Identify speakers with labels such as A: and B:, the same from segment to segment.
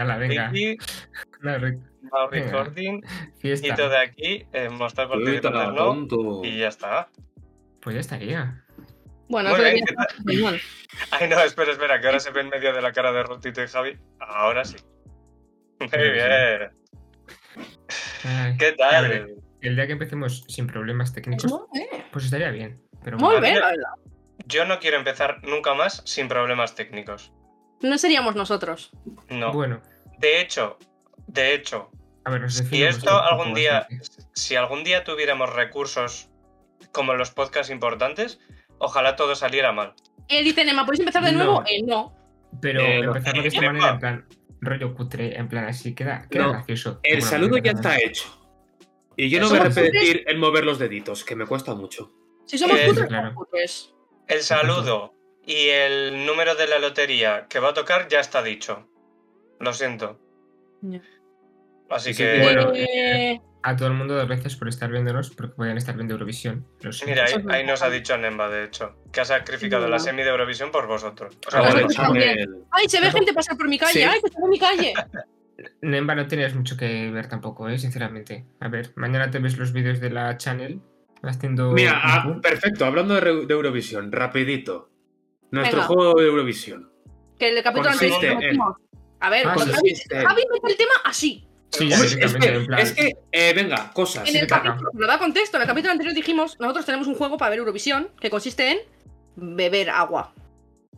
A: A la venga.
B: Ricky,
A: La re-
B: now recording,
A: Fiesta.
B: quito de aquí, eh, mostrar por
C: Uy,
B: ti
C: tan a
B: ponerlo
C: tonto.
B: y ya está.
A: Pues ya estaría.
D: Bueno,
B: Muy
D: eso
A: eh,
B: bien,
D: tenía
B: ¿qué tal?
D: opinión.
B: Ay, no, espera, espera, que ahora se ve en medio de la cara de Rutito y Javi. Ahora sí. Muy
A: sí.
B: bien.
A: Ay,
B: ¿Qué
A: ya veré.
B: tal?
A: El día que empecemos sin problemas técnicos,
D: Pues muy bien.
A: pues estaría bien. Pero
D: Muy
A: bueno,
D: bien, la verdad.
B: Yo no quiero empezar nunca más sin problemas técnicos.
D: No seríamos nosotros.
B: No.
A: bueno,
B: De hecho, de hecho,
A: a ver, nos
B: si
A: definimos
B: esto
A: un poco
B: algún día,
A: bastante.
B: si algún día tuviéramos recursos como los podcasts importantes, ojalá todo saliera mal.
D: Él dice, Nema, ¿podéis empezar de
A: No.
D: nuevo? Él no.
A: Pero
C: Eh, no.
A: empezarlo de esta
B: Eh,
A: manera,
B: no.
A: en plan, rollo cutre, en plan así, queda, queda
C: No,
A: gracioso.
C: El
A: Bueno,
C: saludo ya
A: queda
C: está
A: gracioso.
C: hecho. Y yo no
B: Eso
C: voy a
D: es.
C: repetir el mover los deditos, que me cuesta mucho.
D: Si somos
B: Eh,
D: putres,
A: claro.
D: somos putres.
B: El saludo y el número de la lotería que va a tocar ya está dicho. Lo siento.
D: Ya.
B: Así
C: Sí,
B: que,
C: sí,
A: Eh, bueno.
D: Eh,
A: A todo el mundo dos veces por estar viéndonos, porque podían estar viendo Eurovisión. Lo sé.
B: mira, eh. ahí,
D: Eso es
B: ahí nos ha
D: verdad.
B: dicho Nemba, de hecho, que ha sacrificado la
D: Sí.
B: semi de Eurovisión por vosotros. O sea,
D: Ah,
C: Ahora
D: bueno,
C: echame
D: también.
C: el-
D: Ay, se ve gente pasar por mi calle.
C: Sí.
D: Ay, que se ve mi calle.
A: Nemba no tenías mucho que ver tampoco, ¿eh? sinceramente. A ver, mañana te ves los vídeos de la channel haciendo.
C: Mira, ah,
A: ping-pong.
C: perfecto, hablando de, Re- de Eurovisión, rapidito. Nuestro
D: Venga.
C: juego de Eurovisión.
D: Que el capítulo anterior
B: Consiste
D: lo
C: en-
D: metimos. A ver,
A: Ah,
D: pues
A: sí.
D: Javi,
C: Consiste en-
D: Javi mete el tema así.
A: Sí, ya
C: Hombre, pues es
A: directamente, en
C: que,
A: plan.
C: es que, eh, venga, cosas.
D: En
A: sí,
D: el
A: claro.
D: capítulo, lo da contexto. En el capítulo anterior dijimos, nosotros tenemos un juego para ver Eurovisión que consiste en beber agua.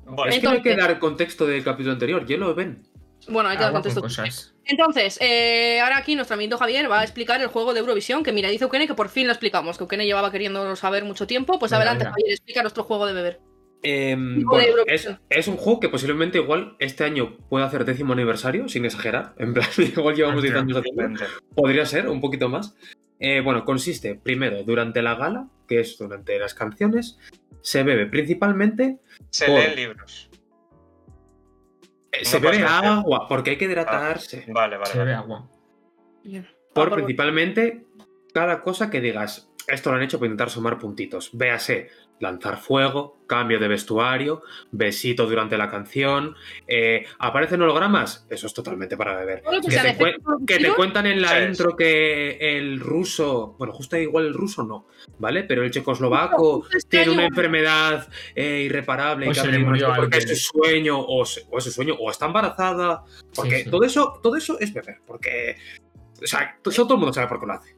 B: bueno,
C: Es que no hay que
D: Entonces-
C: dar contexto del capítulo anterior, ya lo ven.
D: Bueno, hay que dar
A: agua con
D: contexto.
A: cosas.
D: Entonces, eh, ahora aquí nuestro amigo Javier va a explicar el juego de Eurovisión, que mira, dice Eukene que por fin lo explicamos, que Eukene llevaba queriéndolo saber mucho tiempo. Pues
A: Venga,
D: adelante,
A: venga.
D: Javier, explica nuestro juego de beber.
C: Eh,
D: de
C: bueno, es,
D: Eurovisión.
C: es un juego que posiblemente igual este año pueda hacer décimo aniversario, sin exagerar. En plan, igual llevamos 10
A: Hostia,
C: años haciendo. Podría ser, un poquito más. Eh, bueno, consiste, primero, durante la gala, que es durante las canciones, se bebe principalmente,
B: se
C: Por-
B: leen libros.
C: eh,
B: No
C: se bebe
B: pasa nada. Ah.
C: agua, porque hay que hidratarse.
B: Vale, vale.
A: Se
B: vale.
A: ve agua.
C: por
D: Ah, por-
C: principalmente cada cosa que digas, esto lo han hecho para intentar sumar puntitos. Véase, lanzar fuego, cambio de vestuario, besito durante la canción, eh, aparecen hologramas, eso es totalmente para beber.
D: Todo lo que
C: Que
D: sea
C: te,
D: de
C: cuen-
D: efectos
C: que te
D: auditivos,
C: cuentan en la
B: Sí.
C: intro que el ruso, bueno, justo igual el ruso no, ¿vale? Pero el checoslovaco
D: justo este
C: tiene
D: año-
C: una enfermedad eh, irreparable
A: O
C: y
A: se
C: que ha
A: le
C: venido
A: murió
C: esto porque es
A: alguien.
C: su sueño, o, se- o es su sueño, o está embarazada, porque
A: Sí, sí.
C: Todo, eso, todo eso es beber, porque. O sea, to- eso todo el mundo sabe por qué lo hace.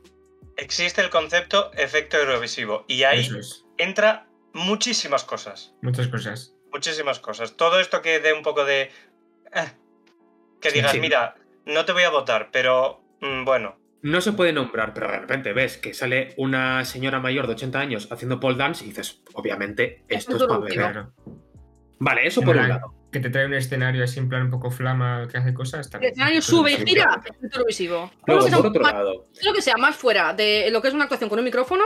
B: Existe el concepto efecto eurovisivo y ahí
A: Eso es.
B: entra muchísimas cosas.
A: Muchas cosas.
B: muchísimas cosas. Todo esto que dé un poco de. eh, que
C: Sí,
B: digas,
C: sí.
B: mira, no te voy a votar, pero mm, bueno,
C: No se puede nombrar, pero de repente ves que sale una señora mayor de 80 años haciendo pole dance y dices, obviamente, esto es para
D: Pero-
C: beber.
A: Claro.
C: Vale, eso
A: En
C: por un
A: plan,
C: lado.
A: Que te trae un escenario así en plan un poco flama que hace cosas.
D: El
A: también.
D: escenario sube y
A: Sí,
D: gira.
A: claro.
D: efecto Eurovisivo. Todo lo
C: Luego,
D: que sea
C: por otro
D: más-
C: lado,
D: todo lo que sea más fuera de lo que es una actuación con un micrófono,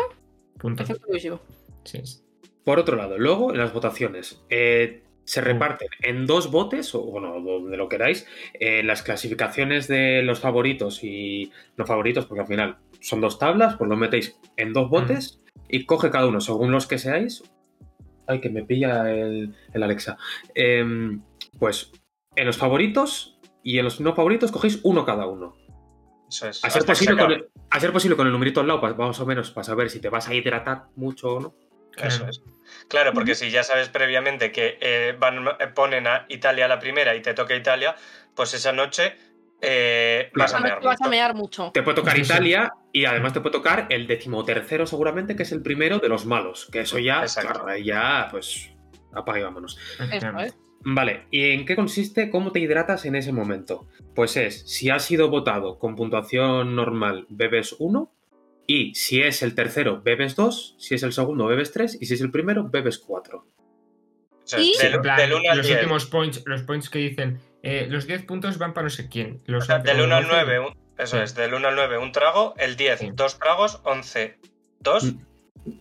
A: Punto.
D: efecto Eurovisivo.
A: Sí, sí.
C: por otro lado, luego en las votaciones. eh,
B: Mm.
C: se reparten en dos botes, o bueno, donde lo queráis, eh, las clasificaciones de los favoritos y no favoritos, porque al final son dos tablas, pues los metéis en
B: Mm.
C: dos botes y coge cada uno, según los que seáis. Ay, que me pilla el, el Alexa. Em, pues en los favoritos y en los no favoritos cogéis uno cada uno.
B: eso es.
C: A
B: hasta que
C: ser,
B: se
C: posible con
B: acabe.
C: el, a ser posible con el numerito al lado, pa- más o menos, para saber si te vas a hidratar mucho o no.
B: Eso
A: Claro.
B: es. Claro, porque si ya sabes previamente que eh, van, eh, ponen a Italia la primera y te toca Italia, pues esa noche eh, vas a
D: Esa
B: mear.
D: noche vas a
B: mucho.
D: mear mucho.
C: Te puede tocar
A: Sí, sí.
C: Italia y además te puede tocar el decimotercero seguramente, que es el primero de los malos. Que eso ya,
B: Exacto.
C: claro, ahí ya, pues, apaga y vámonos.
D: Eso, ¿eh?
C: Vale, ¿y en qué consiste? ¿Cómo te hidratas en ese momento? Pues es, si has sido votado con puntuación normal, bebes uno. Y si es el tercero, bebes dos. Si es el segundo, bebes tres. Y si es el primero, bebes cuatro.
B: Eso es,
D: Y-
A: Sí,
B: del,
A: en plan,
B: del 1 al
A: los
B: 10.
A: últimos points, los points que dicen, eh, los 10 puntos van para no sé quién. Los
B: o sea, del 1 al 9, eso
A: Sí.
B: es, del 1 al 9 un trago, el 10,
A: Sí.
B: dos tragos, 11, dos.
C: Mm.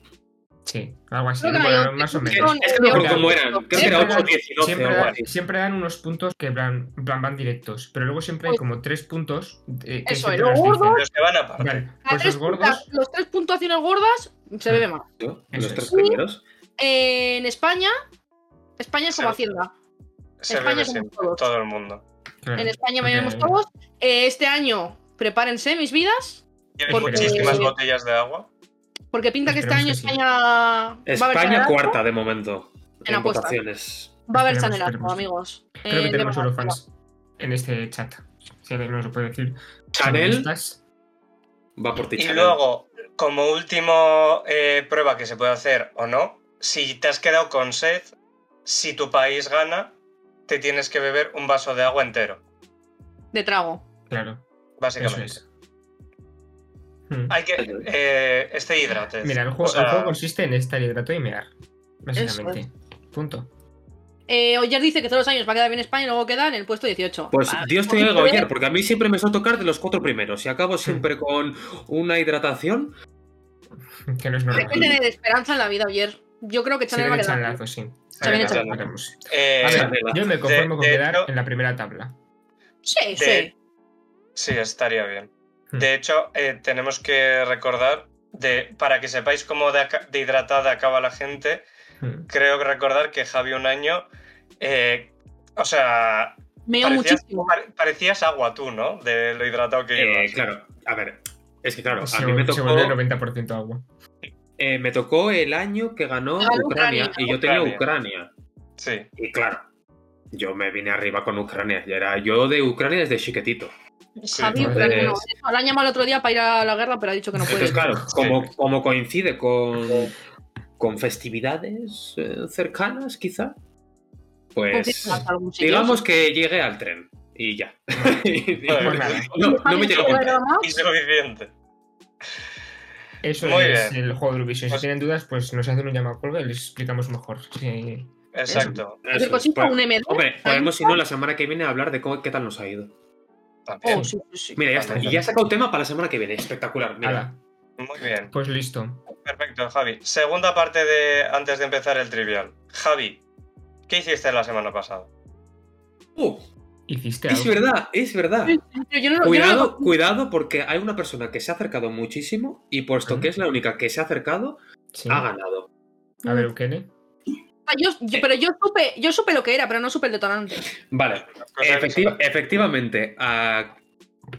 A: Sí, algo así.
D: Creo que
A: bueno,
D: hay
A: más o
D: otro-
A: menos.
C: Es que no recuerdo cómo eran. Creo que era
A: Siempre
C: 8,
A: dan-
C: 10 y 12 o
A: Siempre
C: algo
A: dan,
C: así.
A: siempre dan unos puntos que en plan, en plan van directos, pero luego siempre hay como tres puntos eh, que
D: Eso,
A: siempre
D: y lo
A: nos
D: gordo-
A: dicen.
B: Los que van aparte.
A: Vale,
D: Cada
A: pues
D: tres
A: los
D: punta-
A: gordos,
D: los tres puntuaciones gordas se bebe más.
C: ¿no?
A: Eso
C: Los tres
A: es.
C: primeros.
D: En España, España es como
B: Sí.
D: Hacienda.
B: Se
D: España
B: bebe
D: como
B: siempre,
D: todos.
B: todo el mundo.
A: Claro.
D: En España
A: porque-
D: vayamos todos. Eh, este año, prepárense mis vidas,
B: ¿Tienes
D: Porque-
B: muchísimas botellas de agua?
D: porque pinta que este año
A: Esperemos que sí.
D: España va a haber
C: España
D: chanelazo.
C: cuarta de momento.
D: En
C: En,
D: apuestas.
C: votaciones.
D: Va a haber
A: Esperemos,
D: chanelazo,
A: esperemos.
D: amigos.
A: Creo
D: Eh,
A: que tenemos
D: de verdad.
A: Eurofans en este chat. Si alguien nos lo puede decir.
C: Chanel
A: Panelistas.
C: va por ti.
B: Y
C: Chanel.
B: luego, como último eh, prueba que se puede hacer o no, si te has quedado con sed, si tu país gana, te tienes que beber un vaso de agua entero,
D: De trago.
A: Claro, eso
B: básicamente.
A: es. Mm.
B: Hay que... eh, este hidrate.
A: Mira, el juego,
B: O sea,
A: el juego consiste en estar hidratado y mear. Básicamente. Punto.
D: Eh, Oyer dice que todos los años va a quedar bien España y luego queda en el puesto 18.
C: Pues
D: Vale.
C: Dios te oiga oyer, porque a mí siempre me suele tocar de los cuatro primeros y acabo siempre con una hidratación.
A: Que no es
D: Hay
A: normal.
D: que tener esperanza en la vida, Oyer. Yo creo que
A: Se
D: Chanel
A: viene
D: va a
A: el
D: quedar.
A: chanelazo,
D: bien.
A: sí.
D: Se viene el
A: Veremos,
B: chanelazo.
A: veremos.
B: eh,
A: A ver,
C: chanelazo.
A: yo me conformo con
B: de
A: quedar
B: hecho-
A: en la primera tabla.
D: Sí,
B: de-
D: sí.
B: Sí, estaría bien.
A: Hmm.
B: De hecho, eh, tenemos que recordar, de, para que sepáis cómo de, aca- de hidratada acaba la gente,
A: Mm.
B: creo que recordar que Javi un año, eh, o sea,
D: Meo
B: Parecía-
D: muchísimo.
B: pare- parecías agua tú, ¿no? De lo hidratado que
C: Eh,
B: ibas.
C: claro, a ver, es que claro, a
A: Se,
C: mí me
A: se volvió el
C: tocó,
A: 90% agua.
C: eh, me tocó el año que ganó
D: Ganó
C: Ucrania
D: Ucrania.
C: y yo tenía
B: Ucrania.
C: Ucrania.
B: Sí.
C: Y claro, yo me vine arriba con Ucrania y era yo de Ucrania desde chiquitito.
B: sí.
D: Javi,
A: entonces-
D: ucraniano. Eso, la han llamado el otro día para ir a la guerra, pero ha dicho que no puede.
C: Entonces, claro,
A: Sí.
C: como, como coincide con, con festividades eh, cercanas, quizá, pues
D: Confirmas algún sitio.
C: digamos que llegué al tren y ya.
A: Pues nada,
C: no, no
D: Javi,
C: me
D: ¿no
C: llegó
D: puede
C: el tren.
D: nada más?
B: Y suficiente.
A: eso
B: Muy
A: es
B: bien.
A: el juego de Eurovisión. Si
B: Pues-
A: tienen dudas, pues nos hacen un llamado colga y les explicamos mejor. Sí.
B: Exacto.
C: Eso es,
D: Cosita, ¿eh?
C: pues,
D: un M2.
C: Hombre, podemos si no la semana que viene a hablar de cómo, qué tal nos ha ido.
B: También.
D: Oh, sí, sí, sí.
C: Mira, ya está. Y ya he sacado tema para la semana que viene. Espectacular. Mira.
A: Hala,
B: Muy bien.
A: pues listo.
B: Perfecto, Javi. Segunda parte de antes de empezar el trivial. Javi, ¿qué hiciste la semana pasada?
C: Uh,
A: Hiciste algo.
C: es verdad, es verdad.
D: Pero yo no lo- yo no
C: Cuidado,
D: lo-
C: cuidado, porque hay una persona que se ha acercado muchísimo y puesto que es la única que se ha acercado,
A: Sí.
C: ha ganado.
A: A ver, Ukene.
D: Ah, yo- yo- pero yo supe, yo supe lo que era, pero no supe el detonante.
C: Vale.
A: Pues
B: Cosa que-
C: Efecti- efectivamente, ah,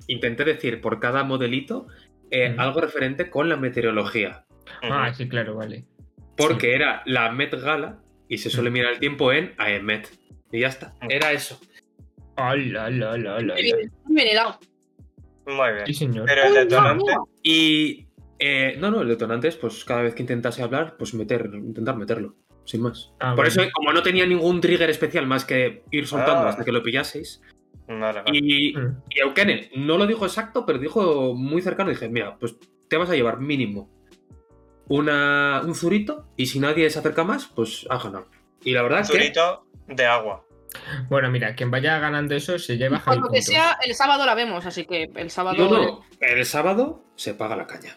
C: intenté decir por cada modelito eh,
A: Ujú.
C: algo referente con la meteorología.
B: Ujú.
A: Ah, sí, claro, vale.
C: Porque era la Met Gala y se
A: Mm.
C: suele mirar el tiempo en AEMET. Y ya está. Era eso.
A: Hola, hola, hola, hola.
D: Muy bien, muy bien helado.
B: Muy bien.
A: Sí, señor.
B: Pero el
D: Uy, Dios
B: detonante.
D: mío.
C: Y eh, no, no, el detonante es pues cada vez que intentase hablar, pues meter, intentar meterlo, sin más.
A: Ah,
C: Por
A: vale.
C: eso, como no tenía ningún trigger especial más que ir soltando
B: Ah.
C: hasta que lo pillaseis.
B: Vale, vale.
C: Y,
A: Mm.
C: y Eukene no lo dijo exacto, pero dijo muy cercano. Dije, mira, pues te vas a llevar mínimo una, un zurito y si nadie se acerca más, pues ha ganado. Y la verdad que...
B: Zurito de agua.
A: Bueno, mira, quien vaya ganando eso se lleva Javi
D: Cuando que
A: puntos.
D: sea, el sábado la vemos, así que el sábado
C: No, no, el sábado se paga la caña.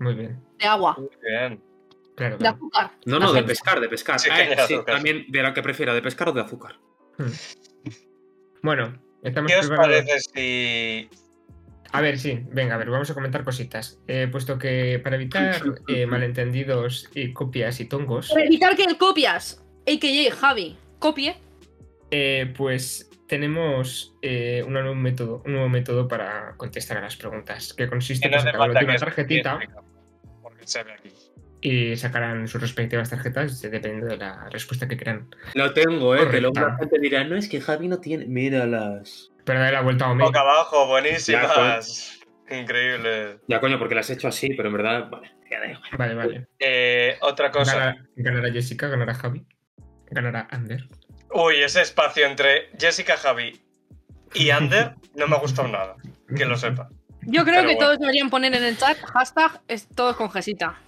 A: Muy bien.
D: de agua,
B: Muy bien.
A: Claro,
D: de
A: claro.
D: azúcar.
C: No, no, de
A: Ajá.
C: pescar, de pescar.
B: Sí,
C: Ah,
B: caña de
C: sí,
B: azúcar.
C: también de la que prefiera, de pescar o de azúcar.
A: Bueno, estamos
B: ¿Qué os
A: preparando-
B: parece si.
A: A ver, sí, venga, a ver, vamos a comentar cositas. Eh, puesto que para evitar eh, malentendidos y copias y tongos,
D: Para evitar que el copias, a.k.a. Javi, copie.
A: eh, pues tenemos eh, un, nuevo método, un nuevo método para contestar a las preguntas, que consiste pues,
B: que
A: en
B: no hace
A: sacar
B: falta que
A: una
B: os
A: tarjetita
B: explique? Porque se ve aquí.
A: y sacarán sus respectivas tarjetas eh, dependiendo de la respuesta que quieran.
C: Lo tengo, eh. Que
A: Correcto.
C: luego la gente dirá, no, es que Javi no tiene. Míralas.
A: Pero dale la vuelta a Omi.
B: Boca abajo,
C: Ya,
B: buenísimas. Increíble.
C: Ya, coño, porque las he hecho así, pero en verdad, vale, ya da igual.
A: Vale, vale.
B: Eh, otra cosa.
A: Ganará, ganará Jessica, ganará Javi, ganará Ander.
B: Uy, ese espacio entre Jessica, Javi y Ander no me ha gustado nada. Que lo sepa.
D: Yo
B: Pero
D: creo que
B: bueno.
D: todos deberían poner en el chat hashtag es todos con Gesita.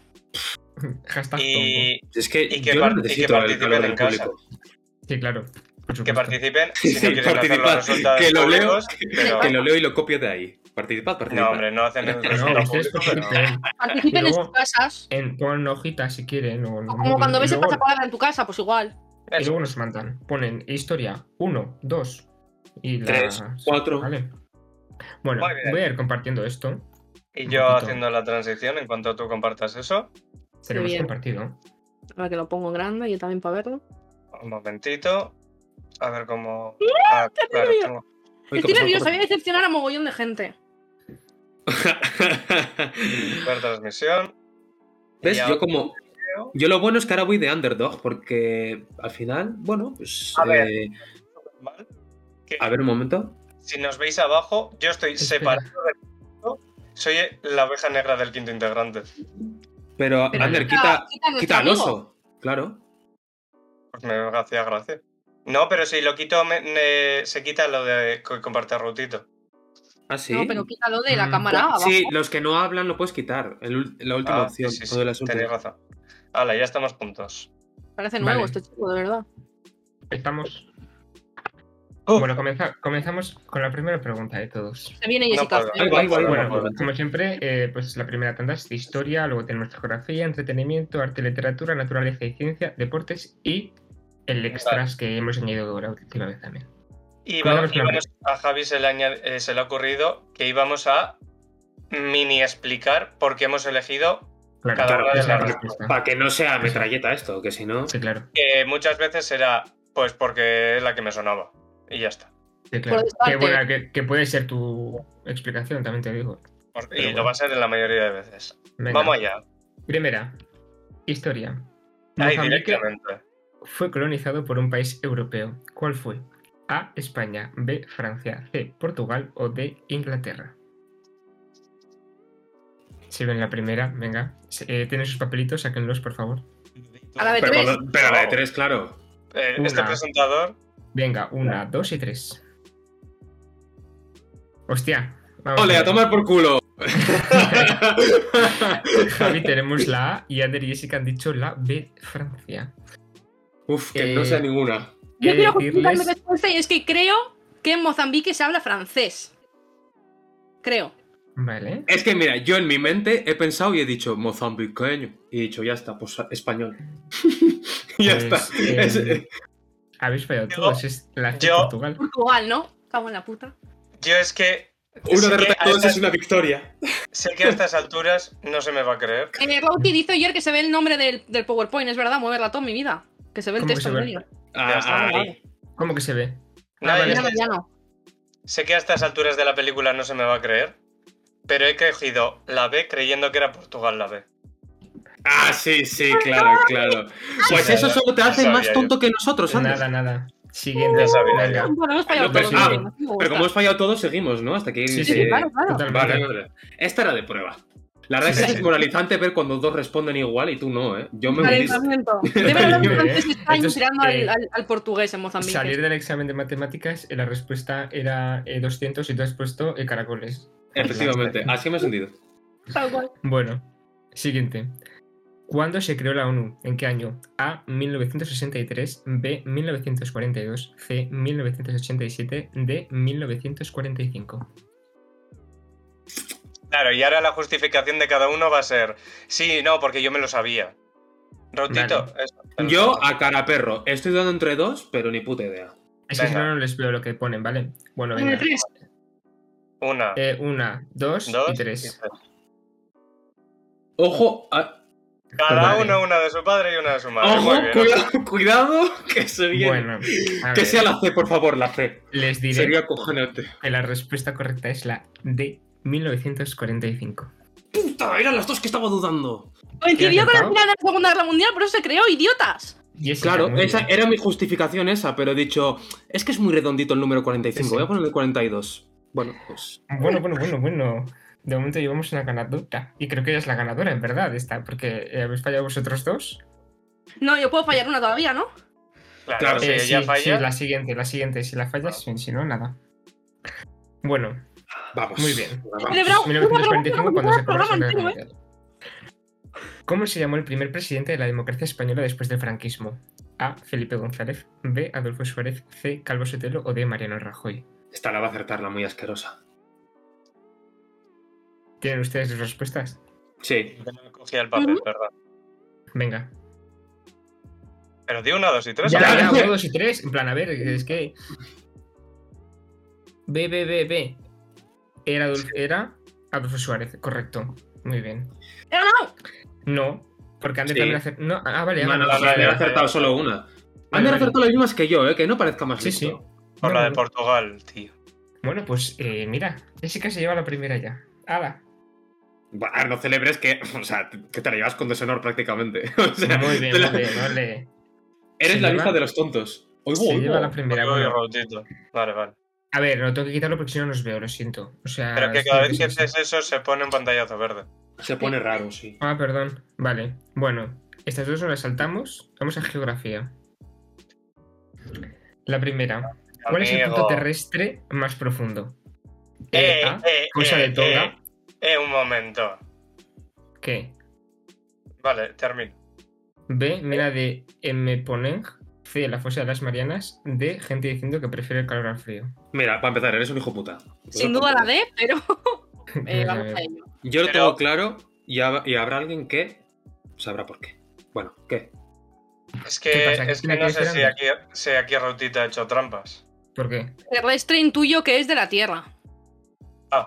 A: Hashtag tongo.
B: Y
C: Es que
B: Y que
C: yo no
B: par- y que
C: necesito el
B: participen
C: calor
B: en
C: del
B: casa.
C: público.
A: Sí, claro. por
B: que
A: supuesto.
B: participen. Si
C: Sí,
B: no quieren hacerlo a
C: participad,
B: resultados
C: que lo leo,
B: públicos, pero-
C: Que lo leo y lo copio de ahí. Participad, participad.
B: No, hombre, no hacen el
A: No,
B: resultado
A: ustedes
B: público, pero-
A: participen.
D: Participen en
A: Luego-
D: sus casas.
A: En, pongan una hojita si quieren. O,
D: O como cuando ves el
A: luego,
D: pasapalabra en tu casa, pues igual.
A: y luego nos mandan. Ponen historia 1, 2 y la-
C: Tres, cuatro.
A: Vale. Bueno,
B: Muy bien.
A: voy a ir compartiendo esto.
B: Y
A: Un
B: yo
A: poquito.
B: haciendo la transición, en cuanto tú compartas eso.
A: Tenemos
D: bien.
A: compartido.
D: Ahora que lo pongo grande, yo también para verlo.
B: Un momentito. A ver cómo. Ah, claro,
D: nervios.
B: tengo-
D: Estoy nerviosa, voy a decepcionar a mogollón de gente. ¿eh?
B: Ver transmisión.
C: ¿Ves?
B: Ya.
C: Yo como... Yo lo bueno es que ahora voy de underdog, porque al final, bueno, pues...
B: A ver.
C: eh,
B: Mal. Que
C: a ver un momento.
B: Si nos veis abajo, yo estoy
A: Espera.
B: separado del quinto. Soy la oveja negra del quinto integrante.
C: Pero,
D: Pero
C: Ander,
D: quita-
C: quita,
D: quita
C: quita
D: a nuestro
C: al
D: amigo.
C: oso. Claro.
B: Pues me hacía gracia. No, pero si lo quito, me- me- se quita lo de co- compartir rutito.
C: Ah, sí.
D: No, pero quítalo de la
A: Mm,
D: cámara abajo.
C: Pues Sí, los que no hablan lo puedes quitar. el ul- la última
B: Ah,
C: opción.
B: sí, sí,
C: o de las
B: tenéis
C: últimas.
B: razón. Hala, ya estamos juntos.
D: Parece nuevo
A: Vale.
D: este chico, de verdad.
A: Estamos.
B: Oh.
A: Bueno, comenzamos, comenzamos con la primera pregunta de todos.
D: Se viene
B: No
D: Jessica.
B: puedo.
D: se
C: Ahí
D: viene.
C: va, ahí va, ahí va.
A: Bueno,
C: Vale.
A: como siempre, eh, pues la primera tanda es de historia, luego tenemos geografía, entretenimiento, arte, literatura, naturaleza y ciencia, deportes y el extras que hemos añadido la última vez también.
B: Y
A: Cuidado
B: vamos-
A: con la
B: íbamos- a Javi se le, añade- eh, se le ha ocurrido que íbamos a mini explicar por qué hemos elegido
A: Claro,
B: Cada
C: Claro,
B: una de
A: esa es la
B: las-
A: respuesta.
C: Para que no sea metralleta esto, que si no.
A: Sí, claro.
B: que muchas veces era pues porque es la que me sonaba. Y ya está.
A: sí, claro.
D: descarte.
A: Que, bueno, que, que puede ser tu explicación, también te digo.
B: Por-
A: Pero
B: Y
A: bueno.
B: lo va a ser en la mayoría de veces.
A: Venga.
B: Vamos allá.
A: Primera, historia.
B: Ahí
A: Mozambique
B: directamente.
A: fue colonizado por un país europeo. ¿Cuál fue? A. España. B. Francia. C. Portugal. O D. Inglaterra. Si ven la primera, venga. Se- eh, Tienen sus papelitos, sáquenlos, por favor.
D: A la de
C: Pero,
D: tres.
C: cuando- pero la de tres, claro.
B: Oh, Eh, este
A: Una.
B: presentador.
A: Venga, una, dos y tres. Hostia. vamos
C: ¡Ole,
A: ver.
C: a tomar por culo!
A: Javi, tenemos la A y Ander y Jessica han dicho la B, Francia.
C: Uf, que
A: Eh,
C: no sea ninguna.
D: Yo
A: He de
D: quiero justificar mi
A: decirles-
D: respuesta y es que creo que en Mozambique se habla francés. Creo.
A: Vale.
C: Es que mira, yo en mi mente he pensado y he dicho mozambiqueño. Y he dicho, ya está, pues español. ya
A: Pues,
C: está.
A: eh,
C: Es- eh,
A: Habéis fallado
B: Yo-
A: todos. Es la C,
B: yo-
A: Portugal.
D: Portugal, ¿no? Cago en la puta.
B: Yo es que.
C: Una
B: sé, que
C: derrota
B: a
C: a todos
B: estas-
C: es una victoria.
B: sé que a estas alturas no se me va a creer.
D: En el Rauti Eh, dice ayer que se ve el nombre del, del PowerPoint, es verdad, moverla toda mi vida. Que se ve el
A: ¿Cómo que
D: texto
A: se
D: en
A: ve?
D: medio.
B: Ya está,
C: Ah,
B: vale.
A: ¿Cómo que se ve?
B: No,
A: Ah,
B: yo
A: vale.
D: Ya
B: es
D: no,
B: que
D: ya no.
B: Sé que a estas alturas de la película no se me va a creer, pero he cogido la B creyendo que era Portugal la B.
C: ah, sí, sí, claro, claro. Pues
B: sí,
C: eso
B: ya,
C: solo te
B: ya
C: hace
B: sabía
C: más
B: yo.
C: tonto que nosotros, Ander.
A: Nada, nada. Siguiente.
B: Ya sabía,
A: Venga.
B: ya.
D: Bueno, hemos fallado
A: No, pero-
D: todos.
A: ah,
D: venga, me gusta.
C: Pero como hemos fallado todos, seguimos, ¿no? Hasta que...
A: Sí,
D: Sí,
A: sí,
D: sí, claro, claro.
A: Totalmente.
C: Vale, vale. Esta era de prueba. La verdad
A: Sí,
C: es que
A: sí.
C: es moralizante ver cuando dos responden igual y tú no, ¿eh? Yo me hundí.
D: Calentamiento. Deben hablar
A: Muy bien.
D: francés y están
A: Entonces,
D: tirando
A: eh,
D: al, al- al portugués en Mozambique.
A: Salir del examen de matemáticas, eh, la respuesta era eh, 200 y tú has puesto eh, caracoles.
C: Efectivamente, así me he sentido.
D: Tal cual.
A: Bueno, siguiente. ¿Cuándo se creó la ONU? ¿En qué año? A. 1963, B. 1942, C. 1987, D. 1945.
B: Claro, y ahora la justificación de cada uno va a ser, sí, no, porque yo me lo sabía. Rotito. eso, te lo
C: Yo
B: sabes.
C: a cara perro. Estoy dando entre dos, pero ni puta idea.
A: Es que si
B: Venga.
A: no, no les veo lo que ponen, ¿vale? Bueno,
D: En el
A: venga.
D: tres.
B: Una,
A: Eh, una, dos,
B: dos
A: y
B: y
A: tres.
B: tres.
C: Ojo, a-
B: Cada
A: Vale.
B: uno una de su padre y una de su madre.
C: ojo,
B: Muy bien.
C: cuidado, cuidado, que se viene.
A: Bueno, a
C: que
A: ver,
C: sea la C, por favor, la C.
A: les diré
C: Sería cojonante.
A: que la respuesta correcta es la D. 1945.
C: Puta, eran las dos que estaba dudando.
D: Coincidió con la
A: acertado?
D: final de la Segunda Guerra Mundial, por eso se creó, idiotas.
A: Jessica,
C: Claro,
A: muy
C: esa
A: bien.
C: era mi justificación esa, pero he dicho, es que es muy redondito el número 45,
A: Sí, sí.
C: voy a poner el 42. Bueno, pues...
A: Bueno, bueno, bueno, bueno. De momento llevamos una ganadora. Y creo que ella es la ganadora, en verdad, esta. Porque eh, habéis fallado vosotros dos.
D: No, yo puedo fallar una todavía, ¿no?
B: Claro,
C: Claro,
B: si
A: Eh, sí,
B: ella
A: sí,
B: falla,
A: la siguiente, la siguiente. Si la fallas, sí, si no, nada. Bueno,
C: Vamos.
A: Muy bien.
C: Vamos.
D: Celebrado.
A: 1945 cuando se acabó la
D: programa
A: Segunda Guerra
D: entero, ¿eh?
A: Mundial. ¿Cómo se llamó el primer presidente de la democracia española después del franquismo? A. Felipe González. B. Adolfo Suárez. C. Calvo Sotelo. O D. Mariano Rajoy.
C: Esta la va a acertar la muy asquerosa.
A: ¿Tienen ustedes sus respuestas?
C: Sí.
B: yo no cogía el papel, ¿verdad?
A: Venga.
B: Pero di una, dos y tres.
A: Ya,
B: ¿o qué?
A: ya, uno, dos y tres. En plan, a ver, es que. B, B, B, B. Era Adolfo, era Adolfo Suárez, correcto. Muy bien.
D: ¡He ganado!
A: No, porque antes
C: Sí.
A: también acertó. No, ah, vale, ah,
C: No, no,
A: vale,
C: no,
A: sí,
C: le he
A: vale.
C: acertado solo una.
A: Vale,
C: Ander ha
A: vale.
C: acertado las mismas que yo, eh, que no parezca más
A: Sí,
C: listo.
A: sí.
B: Por la de
A: No,
B: Portugal, tío.
A: Bueno, pues eh, mira, Jessica se lleva la primera ya. ¡Hala!
C: Bah, no celebres que, o sea, que te la llevas con deshonor prácticamente. O sea,
A: muy bien,
C: te la-
A: muy bien, ole.
C: Eres
A: Se
C: la
A: lleva-
C: hija de los tontos. Oigo,
A: Se
C: oigo.
A: lleva la primera.
B: Voy, voy,
A: bueno.
B: Rautito. Vale, vale.
A: a ver, lo tengo que quitarlo porque si no los veo, lo siento. O sea,
B: Pero que
A: es
B: cada
A: lo
B: vez que
A: es así.
B: haces eso se pone un pantallazo verde.
C: Se pone raro, sí.
A: Ah, perdón. Vale. Bueno, estas dos nos las saltamos. Vamos a geografía. La primera. ¿Cuál es el punto
B: Amigo.
A: terrestre más profundo?
B: Eh,
A: EA,
B: eh,
A: cosa de
B: eh,
A: toga.
B: eh, eh, un momento.
A: ¿Qué?
B: Vale, termino.
A: B, mira de M. Poneng. C, la fosa de las Marianas. D, gente diciendo que prefiere el calor al frío.
C: Mira, para empezar, eres un hijo puta.
D: Sin duda la D, pero eh,
A: Vamos a
D: vamos
A: ver.
D: a ello.
C: Yo lo
B: Pero-
C: tengo claro y, hab- y habrá alguien que sabrá por qué. Bueno, ¿qué?
B: Es
A: ¿Qué
B: que,
A: pasa? ¿Que
B: es
A: tiene
B: que no
A: que
B: sé
A: ser
B: si aquí,
A: ambas?
B: si aquí Rautito ha hecho trampas.
A: ¿Por qué?
D: Terrestre intuyo que es de la Tierra.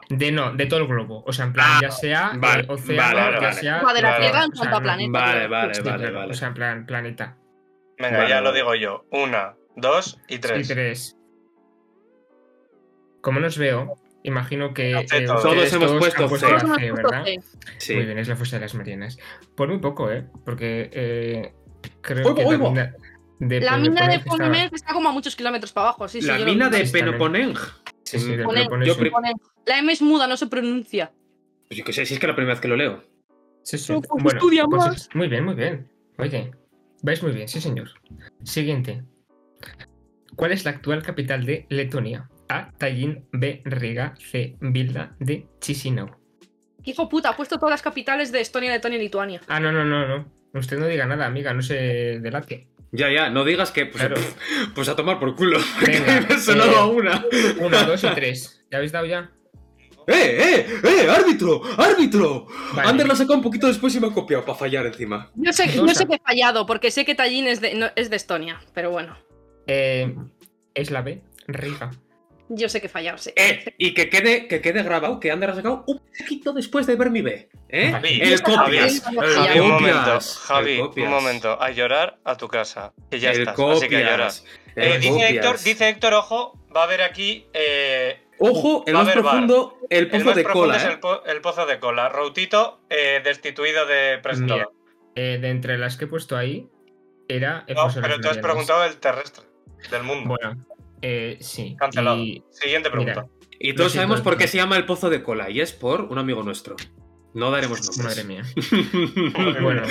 A: De no, de todo el globo. O sea, en plan,
C: Ah,
A: ya sea eh,
C: vale,
A: océano,
C: vale,
A: ya
C: vale.
A: sea.
D: O de la
B: claro,
D: Tierra en
A: o sea,
D: cuanto a
A: no.
D: planeta.
C: Vale,
D: pero-
C: vale,
A: Sí,
C: vale,
A: claro,
C: vale.
A: O sea, en plan, planeta.
B: Venga,
C: Vale,
B: ya lo
C: vale.
B: digo yo. Una, dos y tres.
A: Y tres. Como nos veo, imagino que. eh,
B: Acepto. Todos
A: ustedes
C: hemos
A: todos
C: puesto
A: han la
C: C.
D: Todos hemos
A: C,
D: puesto
A: ¿verdad?
D: C.
C: Sí.
A: Muy bien, es la fosa de las Marianas. Por muy poco, ¿eh? Porque eh, creo
C: Oigo,
A: que
C: oigo.
A: la mina de
D: La mina de
A: Peloponés
D: Ponimés
A: estaba-
D: está como a muchos kilómetros para abajo. Sí, sí,
C: La
D: yo lo
C: mina
D: vi.
C: de
A: Sí, también.
C: Penoponeng.
A: Sí, sí, de
C: Yo
D: Ponimés.
A: Peloponés,
C: Yo
A: sí.
C: pri-
D: Ponen- La M es muda, no se pronuncia.
C: Pues yo qué sé, si es que es la primera vez que lo leo.
A: Sí, sí.
D: No, pues
A: Bueno,
D: estudia
A: pues
D: más.
A: es- muy bien, muy bien. Oye, vais muy bien, sí, señor. Siguiente. ¿Cuál es la actual capital de Letonia? A. Tallinn, B. Riga, C. Vilna, D. Chisinau.
D: Hijo puta, ha puesto todas las capitales de Estonia, Letonia y Lituania.
A: Ah, no, no, no, no. Usted no diga nada, amiga, no se delate.
C: Ya, ya, no digas que. Pues,
A: Claro.
C: pf, pues a tomar por culo. porque
A: Venga,
C: me he sonado
A: eh.
C: a una.
A: Uno, dos y tres. ¿Ya habéis dado ya?
C: ¡Eh, eh, eh! ¡Árbitro! ¡Árbitro!
A: Vale.
C: Ander lo sacó un poquito después y me ha copiado para fallar encima.
D: No sé,
A: Dos
D: no
A: a-
D: sé qué he fallado, porque sé que Tallinn es de, no- es de Estonia, pero bueno,
A: Eh, es la B, Riga.
D: yo sé que he fallado, sí.
C: Eh, y que quede, que quede grabado que Ander ha sacado un poquito después de ver mi B. ¿Eh?
B: Javi,
C: El
B: Javi,
C: copias.
D: Javi,
B: Javi, un momento.
C: copias, el
B: Javi,
C: copias.
B: un momento. A llorar a tu casa. Que ya
C: el
B: estás.
C: copias.
B: Así que a llorar.
C: el
B: Eh, dice,
C: copias.
B: Héctor, dice Héctor, ojo, va a haber aquí. eh,
C: Ojo, el
B: va a
C: más
B: haber bar.
C: profundo, el pozo
B: el más
C: de
B: profundo
C: cola.
B: es
C: ¿eh?
B: el, po- el pozo de cola. Rautito, eh, destituido de presentador.
A: Eh, de entre las que he puesto ahí, era. he
B: No,
A: puesto
B: pero
A: las
B: tú has
A: Marianas.
B: preguntado el terrestre del mundo.
A: Bueno, eh, sí.
B: Cancelado.
A: Y
B: Siguiente pregunta.
C: Y
A: Lo siento,
C: todos sabemos por qué
A: Héctor.
C: se llama el pozo de cola. Y es por un amigo nuestro. No daremos
A: Madre
C: nombres.
A: mía.
B: Madre
A: Bueno.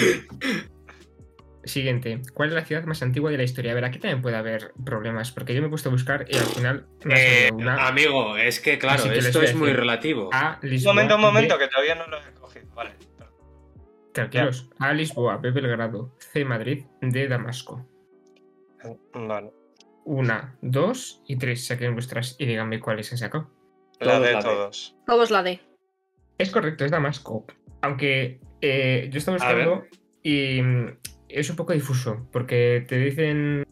A: Siguiente. ¿Cuál es la ciudad más antigua de la historia? A ver, aquí también puede haber problemas, porque yo me he puesto a buscar y al final me ha
C: Eh,
A: salido una
C: amigo, es que claro,
A: Así que les
C: esto
A: voy a
C: es muy
A: decir. ah,
C: relativo.
A: A
B: Un
A: Lisboa.
B: momento, un momento,
A: B-
B: que todavía no lo he cogido. Vale.
A: Tranquilos. A Lisboa, B Belgrado, C Madrid, D Damasco.
B: Vale.
A: Una, dos y tres. Saquen vuestras y díganme cuáles han sacado.
B: La
C: Todos
B: de
C: la D.
B: todos.
D: Todos la D.
A: Es correcto, es Damasco. Aunque eh, yo estaba
C: A ver.
A: buscando y mm, es un poco difuso, porque te dicen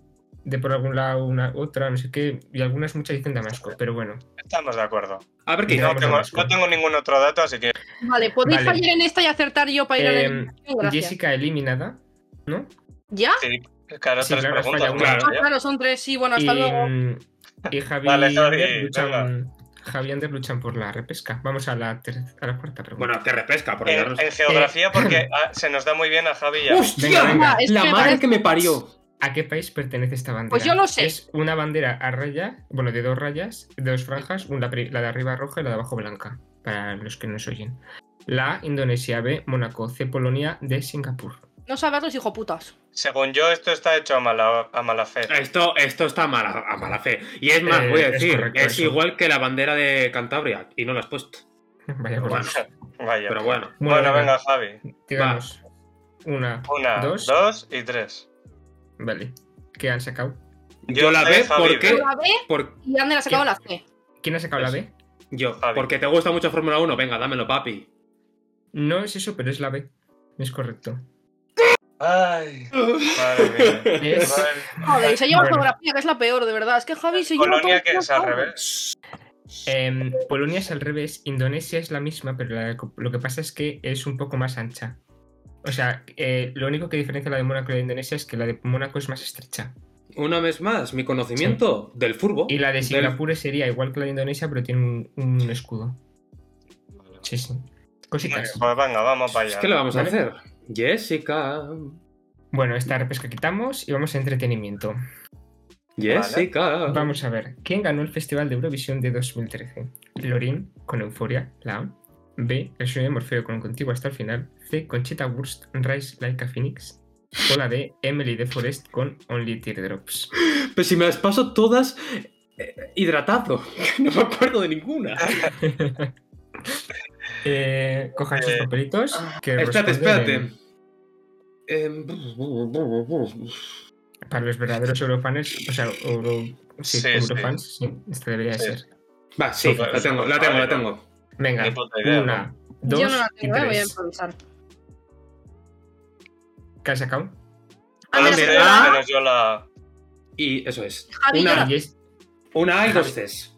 A: de por algún lado una otra, no sé qué, y algunas muchas dicen Damasco, pero bueno.
B: Estamos de acuerdo.
C: A ver qué
A: No,
B: No
C: dice.
A: vamos a
B: tengo,
A: ver.
B: no tengo ningún otro dato, así que.
D: Vale, podéis
A: Vale.
D: fallar en esta y acertar yo para ir a la
A: Eh,
D: eliminación, gracias.
A: Jessica eliminada, ¿no?
D: ¿Ya?
B: Sí,
A: Sí,
B: claro, tres
A: claro, has
B: preguntas.
A: fallado
B: claro,
D: Ah,
A: una.
B: ya.
D: claro, son tres, sí, bueno,
A: Y,
D: hasta luego.
A: mm, y Javi
B: Vale, Javi,
A: Ander luchan, Javi y Ander luchan por la repesca. Vamos a la, ter- a la cuarta pregunta.
C: Bueno, que repesca, porque ya
B: En,
C: nos-
B: Eh, en geografía, porque ah, se nos da muy bien a Javi y a mí.
C: ¡Hostia!
A: Venga, venga.
D: Es
C: eh, La
D: que
C: madre
D: parece-
C: que me parió.
A: ¿A qué país pertenece esta bandera?
D: Pues yo lo sé.
A: Es una bandera a raya, bueno, de dos rayas, de dos franjas, una pri- la de arriba roja y la de abajo blanca, para los que nos oyen. La A, Indonesia, B, Mónaco, C, Polonia, D, Singapur.
D: No saberlos, hijo putas.
B: Según yo, esto está hecho a mala, a mala fe.
C: Esto, esto está a mala, a mala fe. Y es más,
A: Eh,
C: voy a
A: es
C: decir, es,
A: correcto eso.
C: igual que la bandera de Cantabria, y no la has puesto.
A: Vaya
C: Pero
A: por
C: bueno,
A: Dios.
B: Vaya.
C: pero bueno.
B: Bueno, venga, Javi.
A: digamos. Una,
B: Una,
A: dos,
B: dos, y tres.
A: vale. ¿Qué han sacado?
C: Yo, la
B: sé,
C: B
B: Javi,
D: Yo
C: porque.
D: la B
C: por-
D: y Ander ha sacado
A: ¿Qué?
D: la C.
A: ¿Quién ha sacado
B: Pues
A: la B?
C: yo,
B: Javi.
C: porque te gusta mucho Fórmula 1, venga, dámelo, papi.
A: No es eso, pero es la B. Es correcto.
B: Ay, madre mía.
A: Es-
B: Madre-
D: Joder, y se lleva
A: Bueno.
D: geografía, que es la peor, de verdad. Es que Javi se lleva
B: Colonia
D: todo-
B: que es al revés.
A: Em, Polonia es al revés, Indonesia es la misma, pero la- lo que pasa es que es un poco más ancha. O sea, eh, lo único que diferencia la de Mónaco y la de Indonesia es que la de Mónaco es más estrecha.
C: una vez más, mi conocimiento del furbo.
A: Y la de
C: del-
A: Singapur sería igual que la de Indonesia, pero tiene un, un escudo. Sí, sí. Cositas.
B: Pues venga, vamos para
C: Es
B: allá.
C: que lo vamos a
A: ¿Vale?
C: hacer. Jessica.
A: Bueno, esta repesca quitamos y vamos a entretenimiento.
C: Jessica.
A: Vamos a ver. ¿Quién ganó el Festival de Eurovisión de 2013? Lorin con Euforia, la A. B. El sueño de Morfeo con Contigo hasta el final. C. Conchita Wurst, Rise Like a Phoenix. O la D. Emily de Forest con Only Teardrops.
C: Pues si me las paso todas eh, hidratado. No me acuerdo de ninguna.
A: Eh, cojan sus
B: Eh,
A: papelitos. Que
C: espérate, espérate.
A: responden
C: Em,
A: Para los verdaderos Eurofans, o sea, Euro, sí,
B: Sí,
A: Eurofans, sí, esta debería de
B: Sí.
A: ser.
C: Va, sí,
B: Súper,
C: la tengo,
B: súper,
C: la tengo, la
B: vale,
C: tengo.
A: Venga,
B: Ni puta idea,
A: una, dos
D: Yo no la
A: y
D: tengo, eh, voy a
A: tres.
D: improvisar.
A: ¿Qué has sacado?
D: Ah,
B: Todos
D: me la
B: ustedes,
C: verdad.
B: menos yo la.
C: Y eso es.
D: Javi,
C: Una,
D: llora.
A: Y es-
C: una A y dos Cs.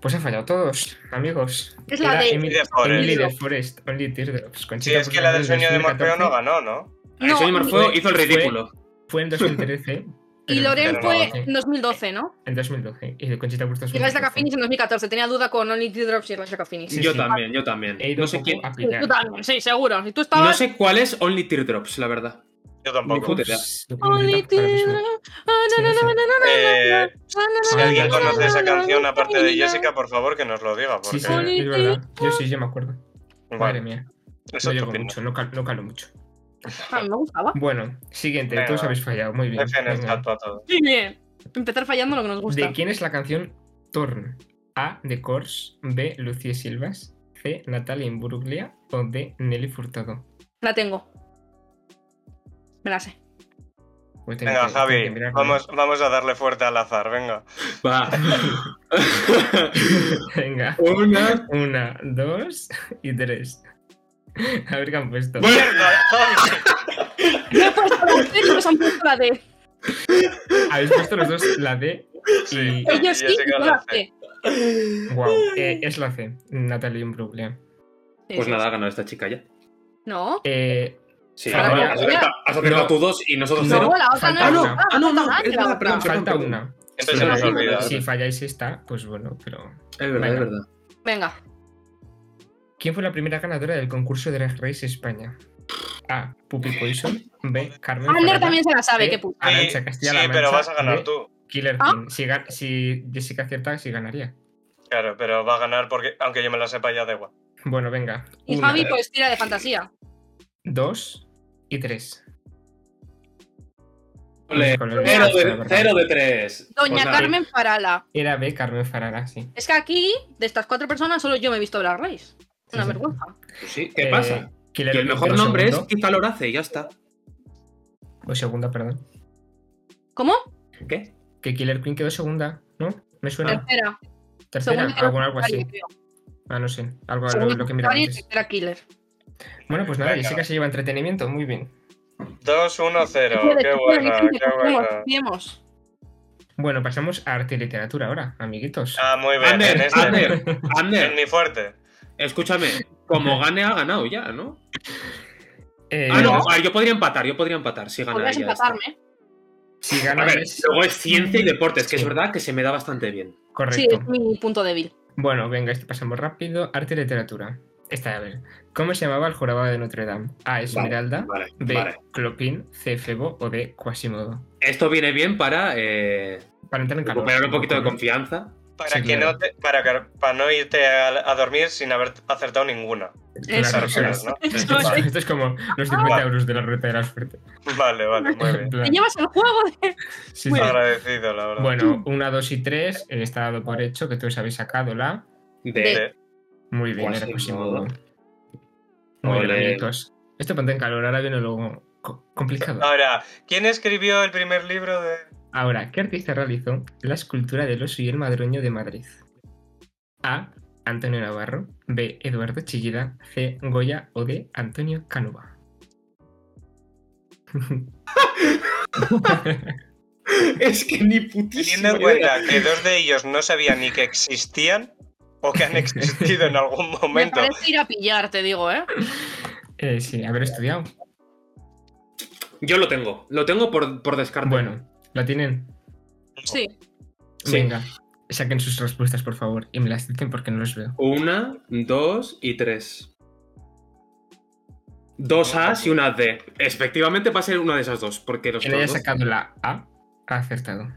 A: Pues han fallado todos, amigos.
D: Es la
A: Era
D: de-
A: Emily
B: de Forest.
A: Emily de Forest, Only Teardrops. con
B: Sí,
A: Chica
B: es
A: por
B: que la del
A: Sangre en
B: sueño de Morfeo
A: 2014,
B: no ganó, ¿no?
C: El
D: No,
C: señor Morfeo
A: fue-
C: hizo el
A: fue-
C: ridículo.
A: Fue en 2013.
D: Y
A: pero-
D: Loren
B: Pero
D: fue
B: no,
A: sí.
D: en 2012, ¿no?
A: En 2012. Y de Conchita Wurst
D: Y
A: 2012.
D: Rise Like a Phoenix en 2014. Tenía duda con Only Teardrops y Rise Like a Phoenix.
A: sí,
C: yo
A: sí.
C: también, yo también.
A: He ido
C: No sé,
A: un
C: quién,
A: poco a
D: Sí,
A: pillar.
D: tú también, sí, seguro. Y tú estabas...
C: no sé cuál es Only Teardrops, la verdad.
B: Yo tampoco.
C: puta idea.
A: Ups, lo que me
D: Only
A: invento para mí mismo.
D: Teardrops. Ah, na, na, na, na, na, na, na,
B: Eh,
D: na,
B: si
D: na,
B: alguien
D: na, na,
B: conoce esa
D: na, na,
B: canción
D: na,
B: aparte de
D: na, na.
B: Jessica, por favor que nos lo diga. Porque,
A: Sí, sí, es verdad. Yo sí, yo me acuerdo.
B: bueno,
A: Madre mía.
B: eso
A: No
B: es tu
A: llego
B: opinión.
A: mucho, no, cal- no calo mucho.
D: Ah, me gustaba.
A: Bueno, siguiente.
B: Venga,
A: Todos
B: va.
A: habéis fallado. Muy bien.
B: F en el
A: venga.
B: chat a todos.
D: Muy bien. Empezar fallando lo que nos gusta.
A: ¿De quién es la canción Torn? A. De Kors. B. Lucía Silvas. C. Natalia Imbruglia. O D. Nelly Furtado.
D: La tengo. Me la sé.
A: Voy a tener
B: Venga,
A: que- Pues tengo que
B: Javi,
A: mirarlo.
B: vamos, vamos a darle fuerte al azar, venga.
C: Va.
A: ¿eh? Venga.
C: una.
A: Una, dos y tres. A ver qué han puesto.
B: Mierda, Javi.
D: Me he puesto la C, nos han puesto la D.
A: Habéis puesto los dos la D.
B: Sí,
D: Ellos sí
B: Jessica
D: y yo
B: la
D: la
B: C.
D: C.
A: Wow. eh, es la C. Natalia Imbruglia.
D: Sí,
C: Pues
D: sí,
C: nada, ha ganado esta chica ya.
D: sí. No.
A: Eh,
C: Sí,
A: Claro,
C: bueno,
A: ya,
C: has
D: ya.
C: acertado, has acertado
A: No.
C: tú dos y nosotros
A: No,
C: cero.
D: No, la otra no
A: falta
C: Ah,
D: era
C: no,
A: una.
D: la
C: ah, no, no,
D: otra,
C: es
D: la
C: verdad,
D: otra.
C: perdón, perdón,
A: falta
C: perdón.
A: una.
B: Entonces
A: Sí,
B: se nos
A: pero
B: olvida.
A: Si falláis esta, pues bueno, pero.
C: Es verdad, es
A: Venga.
C: verdad.
D: Venga.
A: ¿Quién fue la primera ganadora del concurso de Drag Race España? A. Puppy Poison. B. Carmen.
D: Ander
A: Farala,
D: también se la sabe,
A: C,
D: qué puta.
B: Sí,
A: Arantxa
B: sí,
A: Castilla-La
B: pero
A: Mancha,
B: vas a ganar
A: D.
B: tú.
A: Killer
D: Ah.
A: Queen. Si, ga- si Jessica acierta, sí ganaría.
B: Claro, pero va a ganar porque, aunque yo me la sepa ya da igual.
A: Bueno, venga.
D: Y
A: Una,
D: Javi, pues tira de fantasía.
A: dos y tres.
C: Ole,
A: Con el-
C: Cero
A: la
C: de,
A: verdad.
C: cero de tres.
D: Doña
C: Pues nada.
D: Carmen Farala.
A: Era B. Carmen Farala, sí.
D: Es que aquí, de estas cuatro personas, solo yo me he visto Black Race. Una
A: sí.
D: vergüenza.
C: Pues sí, ¿qué
A: Eh,
C: pasa?
A: Killer
C: Y el
A: Queen
C: mejor
A: como
C: nombre es
A: segundo-
C: Quizá Lorace y ya está.
A: O segunda, perdón.
D: ¿Cómo?
C: ¿Qué?
A: Que Killer Queen quedó segunda, ¿no? Me suena.
D: Tercera.
A: Tercera,
D: segunda
A: algo, algo
D: Yo
A: así.
D: creo.
A: Ah, no sé. Algo a lo,
D: Segunda
A: lo que miraba
D: Ferrari y
A: antes.
D: tercera Killer.
A: Bueno, pues nada,
B: Venga.
A: Jessica se lleva entretenimiento. Muy bien.
B: 2-1-0, qué buena, qué buena.
D: Vemos.
A: Bueno, pasamos a arte y literatura ahora, amiguitos.
B: Ah, muy bien, en
C: Ander,
B: este.
C: Ander,
B: En
C: Ander,
B: mi fuerte.
C: escúchame. Como gane, ha ganado ya, ¿no?
A: Eh,
C: Ah, no, ah, yo podría empatar, yo podría empatar, si gana
D: Podrías
C: ella.
D: empatarme.
A: Si
C: A ver,
A: ganáis.
C: luego es ciencia y deportes, que es
A: Sí.
C: verdad que se me da bastante bien.
A: Correcto.
D: Sí, es mi punto débil.
A: Bueno, venga, este pasamos rápido. Arte y literatura. Esta, a ver. ¿Cómo se llamaba el jurado de Notre Dame? A. Esmeralda.
C: Vale,
A: B.
C: vale.
A: Clopin. C. Febo o D. Quasimodo.
C: Esto viene bien para eh,
A: Para entrar en calor.
C: recuperar un poquito de
A: Correcto.
C: confianza.
B: Para,
A: Sí,
B: que
A: claro.
B: no te- para, que- para no irte a, a dormir sin haber acertado ninguna.
A: Claro,
B: Claro,
A: claro.
B: ¿no?
D: Eso
A: Esto
D: es.
A: es- esto es como los 50 euros de la ruleta de la suerte.
B: Vale, vale, muy
A: En
B: bien.
A: plan,
D: Te llevas el juego de.
A: sí,
D: muy
A: sí.
D: bien.
B: Agradecido, la verdad.
A: Bueno, una, dos y tres. eh, Está dado por hecho que todos habéis sacado la.
C: De,
A: Muy bien,
C: Pues
A: era
C: sí,
A: Quasimodo.
C: no.
A: Muy bien,
C: Ole.
A: amiguitos. Esto ponte en calor, ahora viene lo co- complicado.
B: Ahora, ¿quién escribió el primer libro de...?
A: Ahora, ¿qué artista realizó la escultura del oso y el madroño de Madrid? A. Antonio Navarro. B. Eduardo Chillida. C. Goya o D. Antonio Canova.
C: Es que ni
B: Teniendo
C: putísima
B: en
C: idea.
B: cuenta Pues que dos de ellos no sabían ni que existían o que han existido en algún
D: Me
B: momento.
D: parece ir a pillar, te digo, ¿eh?
A: Eh, sí, haber estudiado.
C: Yo lo tengo, lo tengo por, por descarte.
A: Bueno, ¿La tienen?
D: Sí.
C: Sí.
A: Venga, saquen sus respuestas, por favor, y me las dicen porque no los veo.
C: Una, dos y tres. Dos A's y una D. Efectivamente va a ser una de esas dos, porque los
A: Quien haya
C: otros dos-
A: sacado la A ha acertado.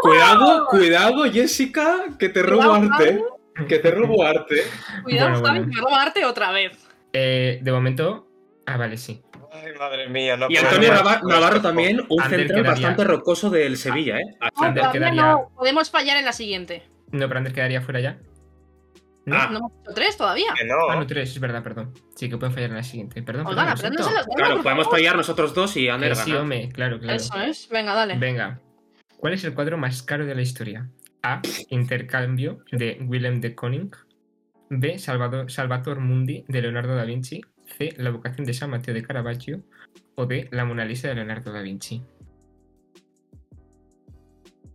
C: Cuidado, cuidado, Jessica, que te robo
D: Cuidado,
C: arte. Que te robo arte.
D: Cuidado,
A: Bueno,
D: Javi,
A: bueno.
D: me roba arte otra vez.
A: Eh, de momento. Ah, vale, sí.
B: Ay, madre mía, no
C: Y
B: puedo
C: Antonio
B: más.
C: Nava- Navarro también, un
A: Ander
C: central
A: quedaría.
C: bastante rocoso
A: Ah.
C: del Sevilla, ¿eh?
D: No,
A: Ander
D: todavía
A: quedaría-
D: no. Podemos fallar en la siguiente.
A: No, pero Ander quedaría fuera ya.
C: Ah,
D: No hemos hecho tres todavía.
B: Que
A: Ah, no,
B: no.
A: tres, es verdad, perdón. Sí, que pueden fallar en la siguiente. Perdón, perdón.
D: Olga,
A: lo siento.
D: apréndanse las normas,
C: Claro,
D: por
C: podemos
D: favor.
C: fallar nosotros dos y Ander
A: Que sí,
C: gana.
A: hombre, claro, claro.
D: Eso es. Venga, dale.
A: Venga. ¿Cuál es el cuadro más caro de la historia? A. Intercambio de Willem de Koning. B. Salvador, Salvator Mundi de Leonardo da Vinci. C. La vocación de San Mateo de Caravaggio. O D. La Mona Lisa de Leonardo da Vinci.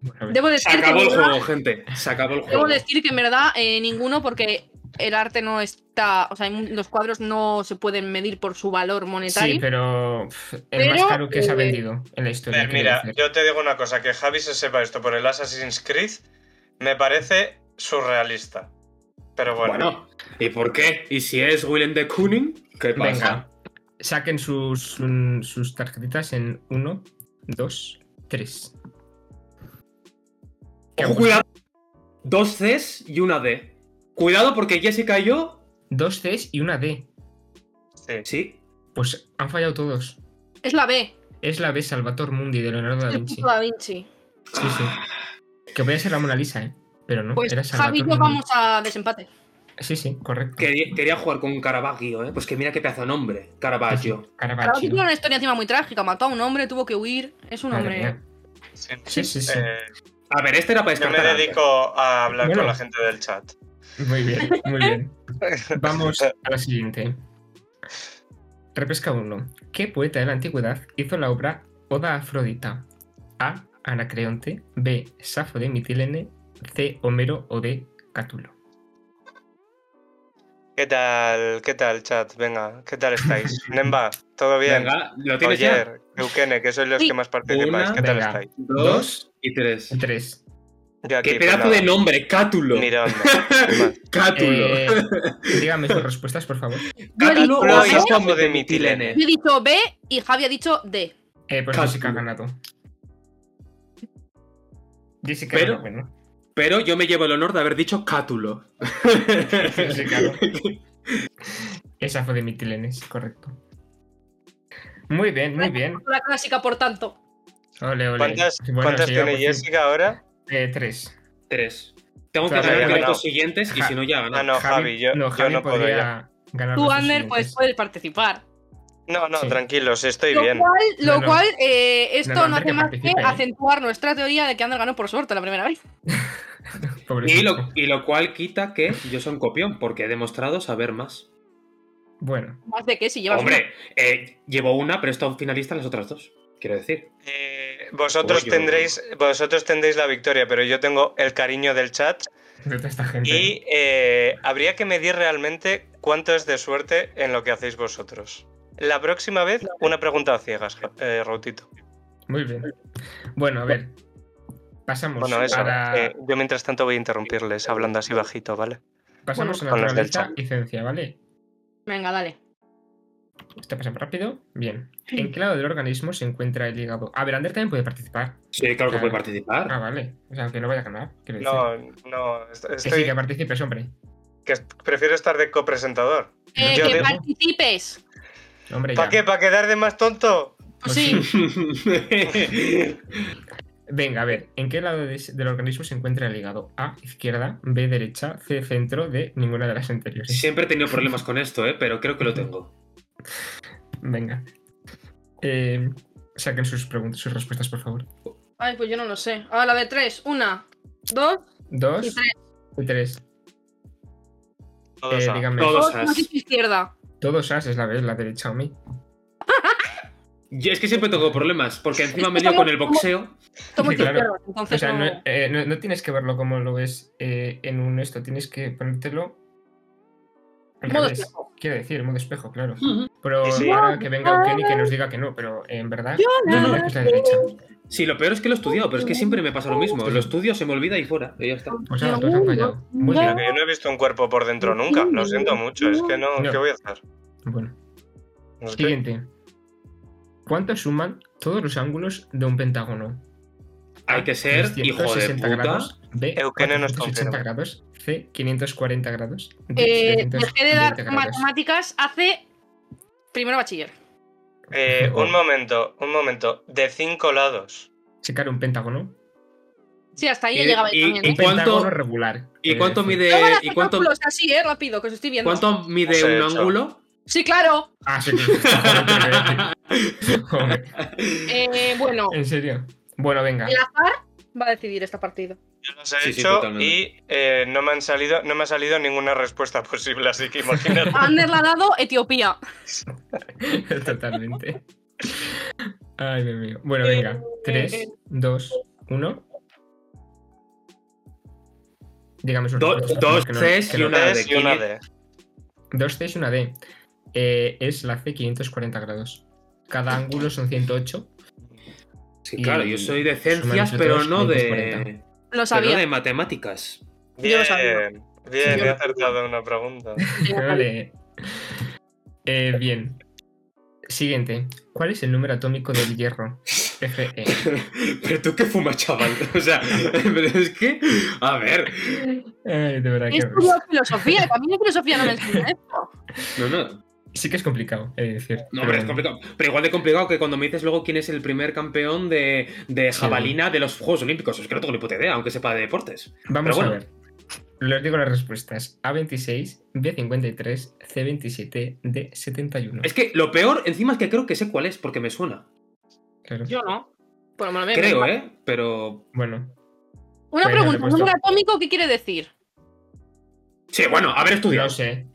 A: Bueno, a ver.
D: Debo
C: Se
D: decir, que
C: acabó
D: en
C: el
D: verdad-
C: juego, gente. Se acabó el
D: debo
C: juego.
D: decir que en verdad eh, ninguno porque el arte no está, o sea, en- los cuadros no se pueden medir por su valor monetario.
A: Sí, pero pff, el más
D: Pero,
A: caro que se ha
D: eh,
A: vendido en la historia.
B: Ver,
A: quiero
B: mira,
A: decir.
B: yo te digo una cosa, que Javi se sepa esto por el Assassin's Creed me parece surrealista. Pero bueno,
C: Bueno, ¿y por qué? ¿Y si es Willem de Kooning? ¿Qué pasa?
A: Venga, saquen sus, mm, sus tarjetitas en 1, 2, 3.
C: Ojo, cuidado. Dos Cs y una D. Cuidado porque Jessica y yo.
A: Dos Cs y una D.
B: sí.
C: Sí.
A: Pues han fallado todos.
D: Es la B,
A: Es la B Salvator Mundi de Leonardo da
D: el
A: Vinci.
D: puto Da Vinci.
A: Sí, sí. Que podía ser la Mona Lisa, ¿eh? Pero no,
D: Pues
A: era
D: Javi y
A: Salvator
D: yo
A: Mundi.
D: vamos a desempate.
A: Ah, Sí, sí, correcto.
C: Quería, quería jugar con Caravaggio, ¿eh? Pues que mira qué pedazo de nombre. Caravaggio.
D: Claro,
A: Caravaggio.
D: tiene una historia encima muy trágica, mató a un hombre, tuvo que huir, es un
A: Madre
D: hombre.
A: mía.
B: Sí.
A: Sí, sí, sí.
B: Eh,
C: A ver, este era para
B: yo
C: descartar.
B: me
C: a Ander.
B: dedico a hablar
A: Bueno.
B: con la gente del chat.
A: Muy bien, muy bien. Vamos a la siguiente. Repesca 1. ¿Qué poeta de la antigüedad hizo la obra Oda a Afrodita? A. Anacreonte. B. Safo de Mitilene. C. Homero o D. Cátulo.
B: ¿Qué tal? ¿Qué tal, chat? Venga, ¿qué tal estáis? Nemba, ¿todo bien?
C: Venga, lo tienes ya.
B: Oyer, Eukene, que sois los
D: Sí.
B: que más participáis.
C: Una,
B: ¿Qué tal
A: venga.
B: estáis?
C: Dos y tres.
A: 3.
B: Yo aquí,
C: Qué pedazo
B: pues,
C: de nombre, Cátulo.
B: nada, mirando.
C: Cátulo.
A: Eh, dígame sus respuestas, por favor.
D: Yo ¿eh? he
C: Cátulo
D: dicho
B: Cátulo
C: o
B: y
D: B,
B: Safo
C: Safo
B: de
C: de
B: Mitilene.
C: Mitilene.
D: yo he dicho B y Javi ha dicho D.
A: Eh, pues
C: Cátulo.
A: Jessica ha ganado. Jessica
C: Pero-
A: ganó, bueno.
C: Pero yo me llevo el honor de haber dicho Cátulo.
A: Jessica ganó. Es Safo de Mitilene, es correcto. Muy bien, muy bien.
D: La clásica, por tanto.
A: Ah, Ole, ole.
B: ¿Cuántas,
A: Bueno,
B: cuántas
A: se lleva
C: pues
B: tiene
A: por cien-
B: Jessica ahora?
A: Eh, tres.
C: Tres. Tengo que
A: Claro,
C: ganar
B: ya
C: con
B: ganado.
C: estos siguientes y si no, ya
B: Ah,
C: gano.
B: no, Javi, yo
A: no,
B: yo
A: Javi
B: no puedo
A: podría
B: ya.
A: ganar.
D: Tú,
A: los
D: Ander, pues
A: siguientes.
D: puedes participar.
B: No, no,
A: Sí.
B: tranquilo, sí, estoy
D: Lo
B: bien.
D: cual, lo
A: No, no.
D: cual eh, esto
A: No, no,
D: no
A: Ander,
D: hace
A: que
D: más que
A: participe, ¿eh?
D: acentuar nuestra teoría de que Ander ganó por suerte la primera vez. pues.
A: Pobrecito.
C: Y lo, y lo cual quita que yo soy un copión, porque he demostrado saber más.
A: Bueno,
D: Más de que si llevas una.
C: Hombre, eh, llevo una, pero he estado finalista en las otras dos. Quiero decir.
B: Eh, vosotros,
C: Oye,
B: tendréis, vosotros tendréis la victoria, pero yo tengo el cariño del chat
A: vete a esta gente.
B: y eh, habría que medir realmente cuánto es de suerte en lo que hacéis vosotros. La próxima vez, una pregunta a ciegas, eh, Rautito.
A: Pues Muy bien. Bueno, a ver. Pasamos
B: Bueno, eso.
A: a la,
B: eh, yo mientras tanto voy a interrumpirles hablando así bajito, ¿vale?
A: pasamos a
B: bueno, con
A: la
B: los del
A: naturaleza
B: chat.
A: y ciencia, ¿vale?
D: Venga, dale.
A: Esto pasa rápido. Bien. ¿En qué lado del organismo se encuentra el hígado? A ver, Ander también puede participar.
C: Sí, claro que puede participar.
A: Ah, vale. O sea, que no vaya a ganar. Quiero decir.
B: No, no, est-
A: Que sí,
B: estoy,
A: que participes, hombre.
B: que est- prefiero estar de copresentador.
D: Eh,
B: Yo
D: que
B: digo-
D: participes.
A: Hombre,
B: ¿Para
A: ya.
B: qué? ¿Para quedar de más tonto?
A: Pues
D: Pues sí.
A: Venga, a ver, ¿en qué lado des- del organismo se encuentra el hígado? A, izquierda, B, derecha, C, centro, D, ninguna de las anteriores.
C: Siempre he tenido problemas con esto, ¿eh? pero creo que lo tengo.
A: Venga. Eh, saquen sus preguntas, sus respuestas, por favor.
D: Ay, pues yo no lo sé. A la de tres. Una, dos,
A: Dos
D: Y
A: y tres.
B: Todos
A: Eh,
B: a-
A: díganme.
C: Todos.
A: Todos.
D: dos,
C: as.
D: más izquierda.
A: as es la B, la derecha o mí.
C: Y es que siempre tengo problemas, porque encima
D: que
C: me lío
D: somos-
C: con el boxeo.
D: Somos
A: Sí, claro.
D: izquierdas,
A: O
D: entonces
A: sea, no,
D: no-
A: eh, no- no tienes que verlo como lo ves eh, en un esto, tienes que ponértelo. al
D: Modo
A: revés.
D: espejo.
A: Quiero decir, el modo espejo, claro.
C: Ujú.
A: Pero
B: Sí, sí.
A: ahora que venga Eukeni que nos diga que no, pero eh, en verdad.
C: No, no,
A: es la derecha.
C: Sí, lo peor es que lo he estudiado, pero es que siempre me pasa lo mismo. Lo estudio, se me olvida y fuera. Y ya está.
A: Pues nada, todos han fallado. Muy bien.
B: Mira, que yo no he visto un cuerpo por dentro nunca. Lo siento mucho. Es que no.
A: No.
B: ¿Qué voy a hacer?
A: Bueno,
B: No sé.
A: siguiente. ¿Cuánto suman todos los ángulos de un pentágono?
C: Hay que ser hijo de
A: 360
C: puta.
A: grados. B.
B: Eukene nos
A: 480
B: confirma.
A: grados. C. 540 grados. D.
D: Eh,
A: 720
D: dejé de dar
A: grados.
D: matemáticas hace primero bachiller.
B: Eh, un momento, un momento. De cinco lados.
A: Sí, claro, un pentágono.
D: Sí, hasta ahí
C: Y-
D: he llegado
C: y-
D: yo también.
C: ¿Y
A: Un
D: ¿eh?
C: cuánto-
A: pentágono regular.
C: ¿Y
A: quiero
C: cuánto
A: decir.
C: mide,
D: Luego las
C: ¿y cuánto,
D: cálculos así, eh, rápido, que os estoy viendo.
C: cuánto mide
B: No sé,
C: un
B: ocho.
C: ángulo?
D: Sí, claro.
A: Ah, sí, sí, sí. Joder, Joder,
D: Eh, bueno,
A: en serio. Bueno, venga.
D: el azar va a decidir esta partida.
B: Yo los he
C: Sí, sí,
B: hecho
C: totalmente.
B: y eh, no, me han salido, no me ha salido ninguna respuesta posible, así que imagínate.
D: Ander la ha dado Etiopía.
A: Totalmente. Ay, Dios mío. Bueno,
D: Eh,
A: venga.
D: eh.
A: 3, 2, 1. Dígame sus
C: Do-
A: respuestas,
C: dos
A: que no-
C: Cs
A: que
C: y
A: no-
C: una
B: Tres
C: de
B: y una
C: quini-
B: D.
A: Dos Cs y una D. Eh, es la C 540 grados. Cada ángulo son 108.
C: Sí,
A: Y
C: claro, yo soy de ciencias,
A: suman
C: pero
A: nosotros
C: no de,
A: 540.
D: Lo
C: pero no
D: sabía.
C: de matemáticas.
D: Yo lo sabía.
B: Bien, bien,
A: Sí,
B: he
A: yo-
B: acertado una pregunta.
A: Ah, Vale. Eh, bien. Siguiente. ¿Cuál es el número atómico del hierro? E. Fe.
C: pero tú qué fumas, chaval. O sea, pero es que. A ver.
A: Ay, Eh, de verdad
D: He
A: que.
D: estudiado filosofía, que a mí la filosofía no me enseña ¿eh?
C: No,
D: esto.
C: no.
A: Sí que es complicado, he de decir. pero
C: No, hombre, es
A: bueno.
C: complicado. Pero igual de complicado que cuando me dices luego quién es el primer campeón de, de jabalina de los Juegos Olímpicos. Es que no tengo ni puta idea, aunque sepa de deportes.
A: Vamos
C: Pero
A: a ver. Les digo las respuestas. A26, B53, C27, D71.
C: Es que lo peor, encima, es que creo que sé cuál es, porque me suena.
A: Claro.
D: Yo no. Por lo menos me-
C: Creo, ¿eh? Pero.
A: Bueno,
D: Una
A: Venga,
D: pregunta,
A: respuesta.
D: ¿número atómico qué quiere decir?
C: Sí, bueno, haber
A: no
C: estudiado.
A: sé.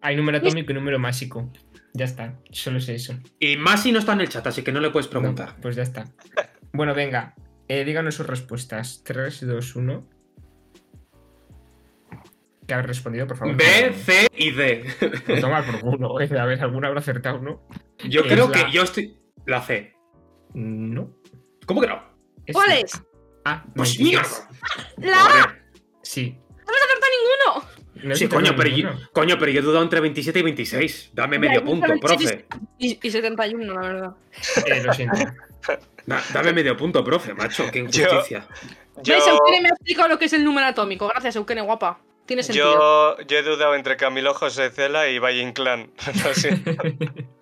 A: Hay número atómico y número másico. Ya está, solo sé eso.
C: Y Masi no está en el chat, así que no le puedes preguntar.
A: No, pues ya está. Bueno, venga, eh, díganos sus respuestas. 3, 2, 1. ¿Qué habéis respondido, por favor?
C: B, C y D.
A: Toma por culo. eh. A ver, ¿alguna habrá acertado, no?
C: Yo
A: Es
C: creo
A: la-
C: que yo estoy. La C.
A: No.
C: ¿Cómo que no?
D: ¿Cuál
A: la
D: es?
A: Este. A.
C: Pues
A: 26.
C: mierda.
A: Ah.
D: La
C: Joder.
A: Sí.
D: ninguno.
A: No
C: Sí,
A: he
C: coño,
A: acertado
C: pero yo,
A: ninguno.
C: coño, pero yo he dudado entre 27 y 26. Dame
D: Ya,
C: medio
D: yo
C: punto,
D: creo que sí,
C: profe.
D: Y, y 71, la verdad.
A: Eh, lo siento.
C: Da- dame medio punto, profe, macho. Qué injusticia.
B: Yo,
D: ¿Veis? Eukene me ha explicado lo que es el número atómico. Gracias, Eukene, guapa. Tiene sentido.
B: yo, yo he dudado entre Camilo José Cela y Valle Inclán. Lo siento.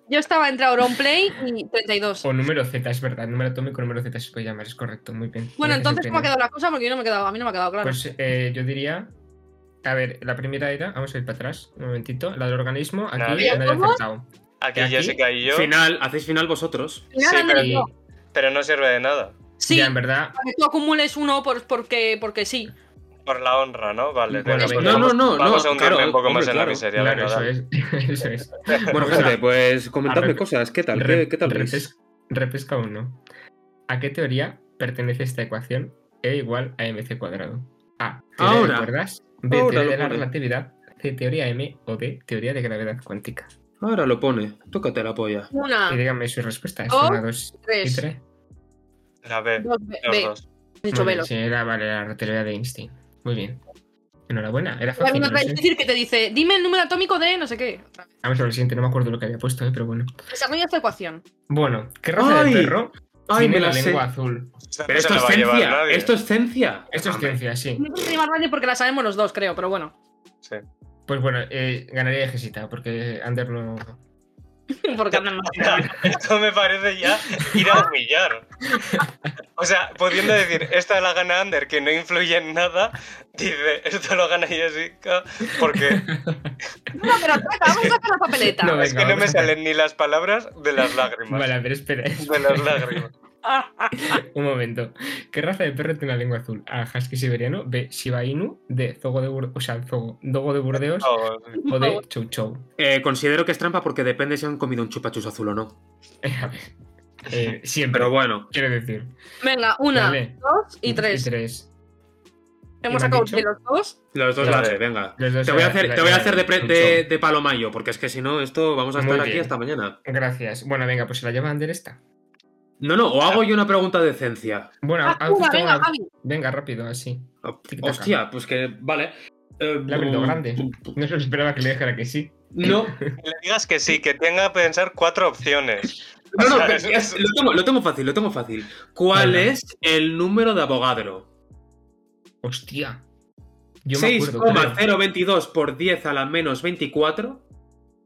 D: Yo, estaba entre Auronplay y 32.
A: O número Z, es verdad. Número atómico, número Z se puede llamar, es correcto. Muy bien.
D: Bueno,
A: Gracias,
D: entonces, ¿cómo ha
A: Eugenia.
D: quedado la cosa? Porque yo no me he quedado, a mí no me ha quedado claro.
A: Pues eh, yo diría. A ver, la primera era. Vamos a ir para atrás. Un momentito. La del organismo. Aquí
B: Nadie.
A: nadie ha
D: ¿Cómo?
A: acertado.
B: Aquí,
A: ¿Y aquí?
B: Jessica y yo.
C: Final, hacéis final vosotros.
D: Al final,
B: sí,
D: Ander
B: pero-
D: y
A: Y
D: yo.
B: Pero no sirve de nada.
D: Sí,
A: ya, en verdad.
D: para que tú acumules uno por, porque, porque sí.
B: Por la honra, ¿no? Vale.
A: Bueno,
B: venga, pues
A: venga.
B: vamos-
C: No, no, no,
B: Vamos
C: no,
B: a hundirme
C: claro,
B: un poco
C: hombre,
B: más en la
C: claro.
B: miseria.
A: Claro,
B: venga,
A: eso
B: dale.
A: es. Eso es.
C: Bueno, gente, pues comentadme
A: Arre-
C: cosas. ¿Qué tal?
A: Re-
C: ¿Qué, qué tal veis?
A: repes- repesca 1. ¿A qué teoría pertenece esta ecuación? E igual a mc cuadrado. A. Teoría
C: Ahora.
A: de cuerdas. B.
C: Ahora
A: teoría
C: lo
A: de la
C: pone.
A: relatividad. C. Teoría M. O D. Teoría de gravedad cuántica.
C: Ahora lo pone. Tócate la polla.
D: Una,
A: Y díganme sus respuestas.
D: Dos,
A: 1, 2 y
D: Ah. Oh, tres,
A: 3.
B: La B.
D: dos, ve-
B: Los
D: ve-
B: dos.
D: he dicho
A: Muy bien,
D: velos.
A: sí, era vale, la teoría de Einstein. Muy bien. Enhorabuena, era
D: Hay
A: fácil.
D: una
A: no
D: otra-
A: sé.
D: Es decir, que te dice, dime el número atómico de no sé qué. Otra vez.
A: Vamos a ver lo siguiente, no me acuerdo lo que había puesto, eh, pero bueno.
D: Desarrolla esta ecuación.
A: Bueno, ¿qué raza
C: ¡Ay!
A: de perro
C: Ay, me
A: tiene
C: la
A: la
C: sé.
A: lengua azul?
C: Pero esto es ciencia. Esto es ciencia.
A: Esto es ciencia, sí.
D: No puedo llevar nadie porque la sabemos los dos, creo, pero bueno.
A: Pues bueno, eh, ganaría de Gesita, porque Ander no.
D: Porque andan más.
B: Esto me parece ya ir a humillar. O sea, pudiendo decir, esta la gana Ander, que no influye en nada, dice, esto lo gana Jessica, porque
D: No, pero ataca, vamos a sacar la papeleta.
A: No,
B: es que
A: Venga,
B: no me
A: vamos a hacer-
B: salen ni las palabras de las lágrimas.
A: Vale, pero espera,
B: De las lágrimas.
D: Ah, ah,
A: un momento. ¿Qué raza de perro tiene la lengua azul? A. Husky siberiano, B. Shiba Inu, D. Zogo de Burdeos, o sea, Zogo, Dogo de Burdeos,
B: Oh, sí.
A: o D. Chow Chow.
C: Eh, considero que es trampa porque depende si han comido un chupachus azul o no.
A: Eh, siempre,
C: Pero bueno.
A: quiero decir.
D: Venga, una,
A: Dale.
D: dos y tres.
A: tres.
D: Hemos
A: ¿Y me han
D: sacado
A: dicho?
D: de los dos.
C: Los dos
A: Vale.
C: la B, venga.
A: Los dos
C: Te voy a
A: la-
C: hacer,
A: la-
C: te voy a
A: la-
C: hacer de, pre-
A: un
C: de,
A: show.
C: de palomayo, porque es que si no, esto vamos a
A: Muy
C: estar aquí
A: bien.
C: hasta mañana.
A: Gracias. Bueno, venga, pues se la lleva Ander esta.
C: No, no, o hago yo una pregunta de ciencia.
A: Bueno,
D: Ah,
A: ha- ha
D: Cuba,
A: justo
D: venga,
A: una-
D: Javi.
A: venga, rápido, así. Tic-tac.
C: Hostia, pues que, vale. Eh,
A: Le ha venido grande. No se lo esperaba que le dijera que sí.
C: No,
B: Le digas que sí, que tenga que pensar cuatro opciones.
C: No, no,
B: ¿Sabes?
C: es- lo, tengo, lo tengo fácil, lo tengo fácil. ¿Cuál
A: Venga.
C: es el número de abogadro?
A: Hostia. Yo me acuerdo. creo.
C: 6,022 por 10 a la menos 24.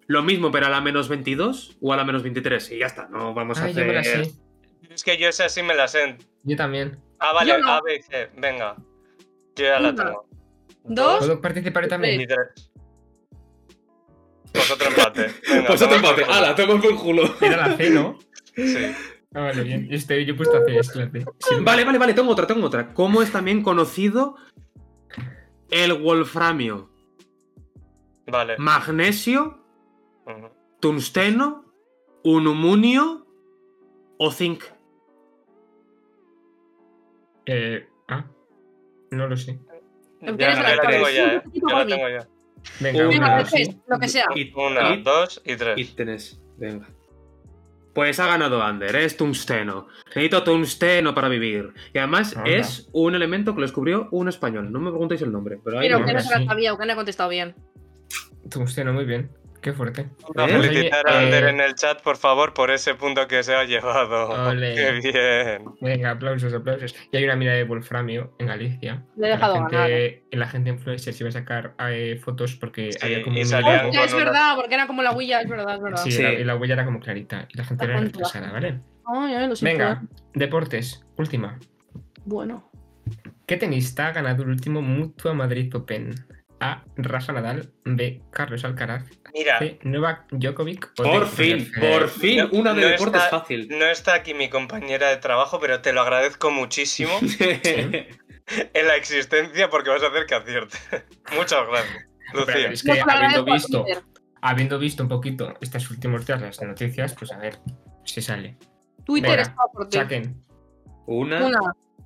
C: Lo mismo, pero a la menos 22 o a la menos 23. Y ya está, no vamos a
A: Ay, Ah, yo me la
C: hacer.
A: sé.
B: Es que yo esa sí me la sé.
A: Yo también.
B: Ah, vale,
D: Yo no.
B: A, B y C. Venga. Yo ya la
D: Una,
B: tengo.
D: dos, Este.
A: ¿Puedo participar yo también?
B: y tres. Pues otro empate. Venga,
C: Pues otro
B: vamos
C: empate,
B: por culo.
C: ala, toma por culo.
A: Era la C, ¿no?
B: Sí.
A: Ah, vale, bien. Yo, estoy, yo he puesto a C, es la C. Sí.
C: Vale, vale, vale, tengo otra, tengo otra. ¿Cómo es también conocido el wolframio?
B: Vale.
C: ¿Magnesio, Mm.
B: Ujú.
C: tungsteno, unumunio o zinc?
A: Eh, ah, no lo sé.
D: Empiezo
B: Ya,
D: la
B: ya la
D: otra
B: tengo
D: vez.
B: ya, eh.
D: Un poquito
B: Ya la
D: para mí.
B: tengo ya.
A: Venga,
C: Una,
A: una,
D: venga,
C: dos,
A: sí.
D: tres, lo que sea.
C: Y-
B: Ah, Una,
C: y-
B: dos y tres.
C: Y tenés, venga. Pues ha ganado Ander, es tungsteno. Necesito tungsteno para vivir. Y además
A: Anda.
C: es un elemento que lo descubrió un español. No me preguntéis el nombre, pero ahí
D: Pero
C: lo
D: que
A: Venga,
D: no
C: ves.
D: se la
A: sí.
D: sabía, que no ha contestado bien.
A: Tungsteno, este, muy bien. Qué fuerte.
B: A
C: ¿Eh?
B: felicitar a
A: Oye,
B: Ander
A: eh,
B: en el chat, por favor, por ese punto que se ha llevado.
A: Ole.
B: ¡Qué bien!
A: Venga, aplausos, aplausos. Y hay una mina de Wolframio en Galicia.
D: Le he dejado
A: la gente,
D: ganar, eh.
A: La gente influencer se iba a sacar eh, fotos porque
B: Sí,
A: había como
B: y
A: un-
B: salían
D: Ya, es
B: con una-
D: verdad, porque era como la huilla, es verdad, es verdad.
A: Sí,
C: Sí.
A: la- y la huella era como clarita. Y la gente
D: La
A: era
D: gente.
A: retrasada, ¿vale?
D: Ay, ay, lo siento. eh.
A: Venga, deportes. Última.
D: Bueno.
A: ¿Qué tenista ha ganado el último Mutua Madrid Open? A. Rafa Nadal. B. Carlos Alcaraz.
B: Mira,
A: C. Novak Djokovic. o D.
C: Ah. Por
A: Roger
C: fin,
A: Federer.
C: por fin,
B: No-
C: una de
B: no
C: deportes
B: está-
C: fácil.
B: no está aquí mi compañera de trabajo, pero te lo agradezco muchísimo en la existencia porque vas a hacer que acierte. Muchas gracias,
A: Pero
B: Lucía.
A: es
D: No
A: que
D: te
A: habiendo
D: lo agradezco a
A: visto,
D: Twitter.
A: habiendo visto un poquito estas últimas días las noticias, pues a ver si sale.
D: Twitter
A: Venga,
D: es todo por ti.
A: Saquen
C: Una,
D: Una,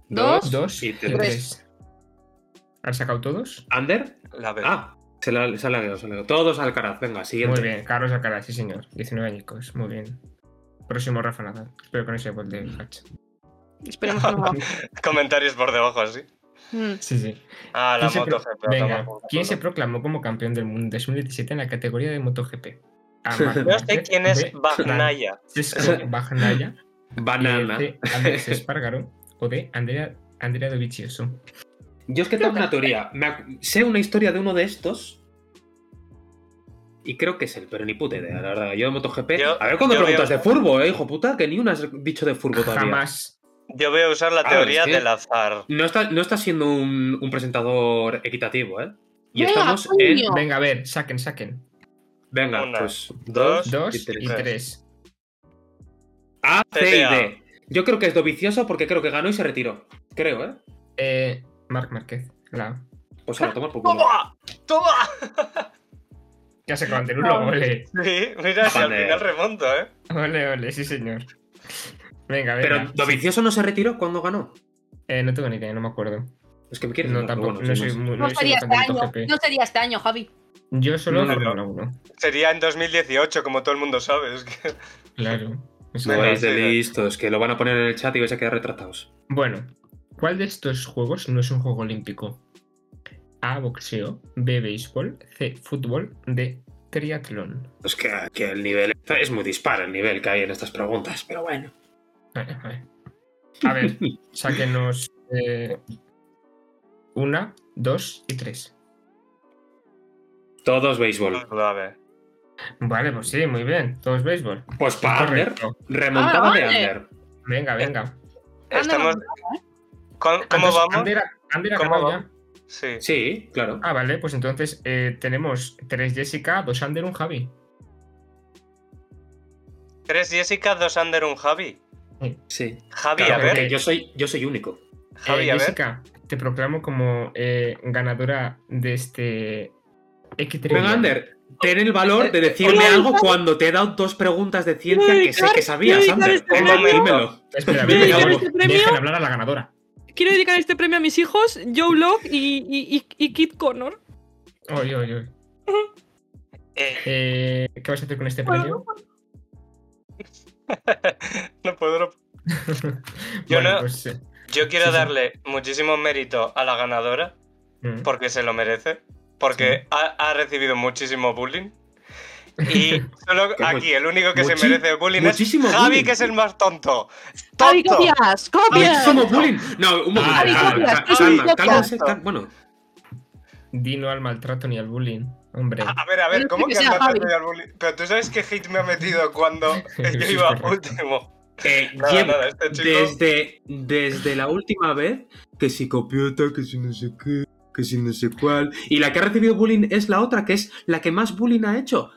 D: dos,
A: dos y
C: tres.
A: tres. ¿Han sacado todos?
C: ¿Ander?
B: La veo.
C: Ah, se la, se la leo, se la leo. Todos Alcaraz, venga, siguiente.
A: Muy bien, Carlos Alcaraz, sí señor. 19 añicos, muy bien. Próximo Rafa Nadal. Espero que no sea por
C: Mm.
A: de Hatch.
D: Esperemos que no va.
B: Comentarios por debajo, así.
D: Mm.
A: Sí, sí.
B: Ah, la
A: ¿Quién se pro-
B: moto, GP.
A: Venga, ¿quién se proclamó como campeón del mundo en 2017 en la categoría de MotoGP? A. Marc
B: No sé
A: Márquez,
B: quién
A: B.
B: es
A: Fran-
B: Bagnaya.
A: Francesco Bagnaia.
C: Banana.
A: de Andrés Espargaró o de Andrea, Andrea Dovizioso.
C: Yo es que tengo una teoría. Me ac- sé una historia de uno de estos. Y creo que es él, pero ni puta idea, la verdad. Yo de MotoGP.
B: Yo-
C: a ver cuando
B: yo
C: preguntas
B: veo-
C: de furbo, eh, hijo puta, que ni una has dicho de furbo todavía.
A: Jamás.
B: Yo voy a usar la
C: Ah,
B: teoría
C: es que-
B: del azar.
C: No está, no está siendo un, un presentador equitativo, ¿eh? Y
D: Venga,
C: estamos
D: coño.
C: en.
A: Venga, a ver, saquen, saquen.
C: Venga,
B: Una,
C: pues.
B: dos
C: Dos,
A: Dos
C: y tres.
A: y tres.
C: A, C y
B: CTA.
C: D. Yo creo que es vicioso porque creo que ganó y se retiró. Creo, ¿eh?
A: Eh, Marc Márquez. La...
C: Pues ahora, tomar por culo.
B: ¡Toma! ¡Toma!
A: Ya se acaban de uno, ole.
B: Sí, mira, si al
C: Joder.
B: final remonto, ¿eh?
A: Ole, ole, sí señor. Venga, venga.
C: Pero Dovicioso no se retiró cuando ganó.
A: Eh, no tengo ni idea, no me acuerdo.
C: Es que me quieres.
A: No,
C: pero
A: tampoco,
C: bueno,
A: no
C: sin
A: soy
C: más.
A: muy...
D: No
A: No soy
D: sería este
A: bastante
D: año.
A: MotoGP.
D: No sería este año, Javi.
A: Yo solo
C: No, no,
A: Fórmula 1.
B: Sería en 2018, como todo el mundo sabe. es que-
A: Claro. Es
C: No
B: Venga,
A: verdad.
C: vais de
B: sí, venga.
C: listos, que lo van a poner en el chat y vais a quedar retratados.
A: Bueno, ¿cuál de estos juegos no es un juego olímpico? A. Boxeo. B. Béisbol. C. Fútbol. D. Triatlón.
C: Es que, que el nivel es muy dispar el nivel que hay en estas preguntas, pero bueno.
A: Vale, vale. A ver, sáquenos eh, una, dos y tres.
C: Todos béisbol.
B: A ver.
A: Vale, pues sí, muy bien. Todos béisbol.
C: Pues para Ander,
A: Correcto.
C: remontada
D: Ah,
C: de
D: vale.
C: Ander.
A: Venga, venga.
B: Estamos... ¿Cómo, cómo
A: Entonces,
B: vamos?
A: Ander ha- Ander ha
B: ¿Cómo
A: ganado
B: vamos?
A: ya.
B: Sí.
C: Sí, claro.
A: Ah, vale, pues entonces eh, tenemos tres Jessica, dos Ander, un Javi.
B: Tres Jessica, dos Ander, un Javi.
C: Sí.
B: Javi,
C: Claro,
B: a ver.
C: porque yo soy, yo soy único.
B: Javi,
A: Eh,
B: a ver.
A: Jessica, te proclamo como eh, ganadora de este X
C: Venga, Ander, ten el valor de decirme
D: Hola,
C: algo cuando te he dado dos preguntas de ciencia que sé que sabías,
D: dedicar
C: Ander.
D: este
C: Venga,
B: premio.
C: dímelo.
A: Espera,
C: Venga,
A: dejen-
C: vamos.
A: dejen hablar a la ganadora.
D: Quiero dedicar este premio a mis hijos, Joe Love y, y, y, y Kit Connor.
A: Oye, oye, oye.
B: Eh,
A: Eh, ¿Qué vas a hacer con este premio?
B: no puedo. no- Yo
A: Bueno,
B: no-
A: pues, eh,
B: Yo quiero
A: Sí, sí.
B: darle muchísimo mérito a la ganadora
A: mm.
B: porque se lo merece, porque ha, ha recibido muchísimo bullying. Y solo
C: Que mu-
B: aquí, el único que
C: muchi-
B: se merece bullying es
C: muchísimo
B: Javi,
C: bullying.
B: que es el más tonto.
E: Javi,
B: ¡Tonto!
E: copias, copias.
C: ¡Muchísimo bullying! No, un momento.
A: Ay,
C: calma,
E: copias,
C: calma,
E: copias,
C: calma, cálmense,
E: copias.
C: cal- Bueno,
A: Di no al maltrato ni al bullying. Hombre.
B: A a ver, a ver,
E: Pero
B: ¿cómo
E: que
B: que han
E: sea
B: matado
E: Javi.
B: al bullying? Pero tú sabes qué hate me ha metido cuando yo
A: Sí,
B: iba
A: correcto.
B: último.
C: eh,
B: Nada,
C: lleva
B: nada, este chico.
C: desde, desde la última vez que si copiota, que si no sé qué, que si no sé cuál. Y la que ha recibido bullying es la otra, que es la que más bullying ha hecho.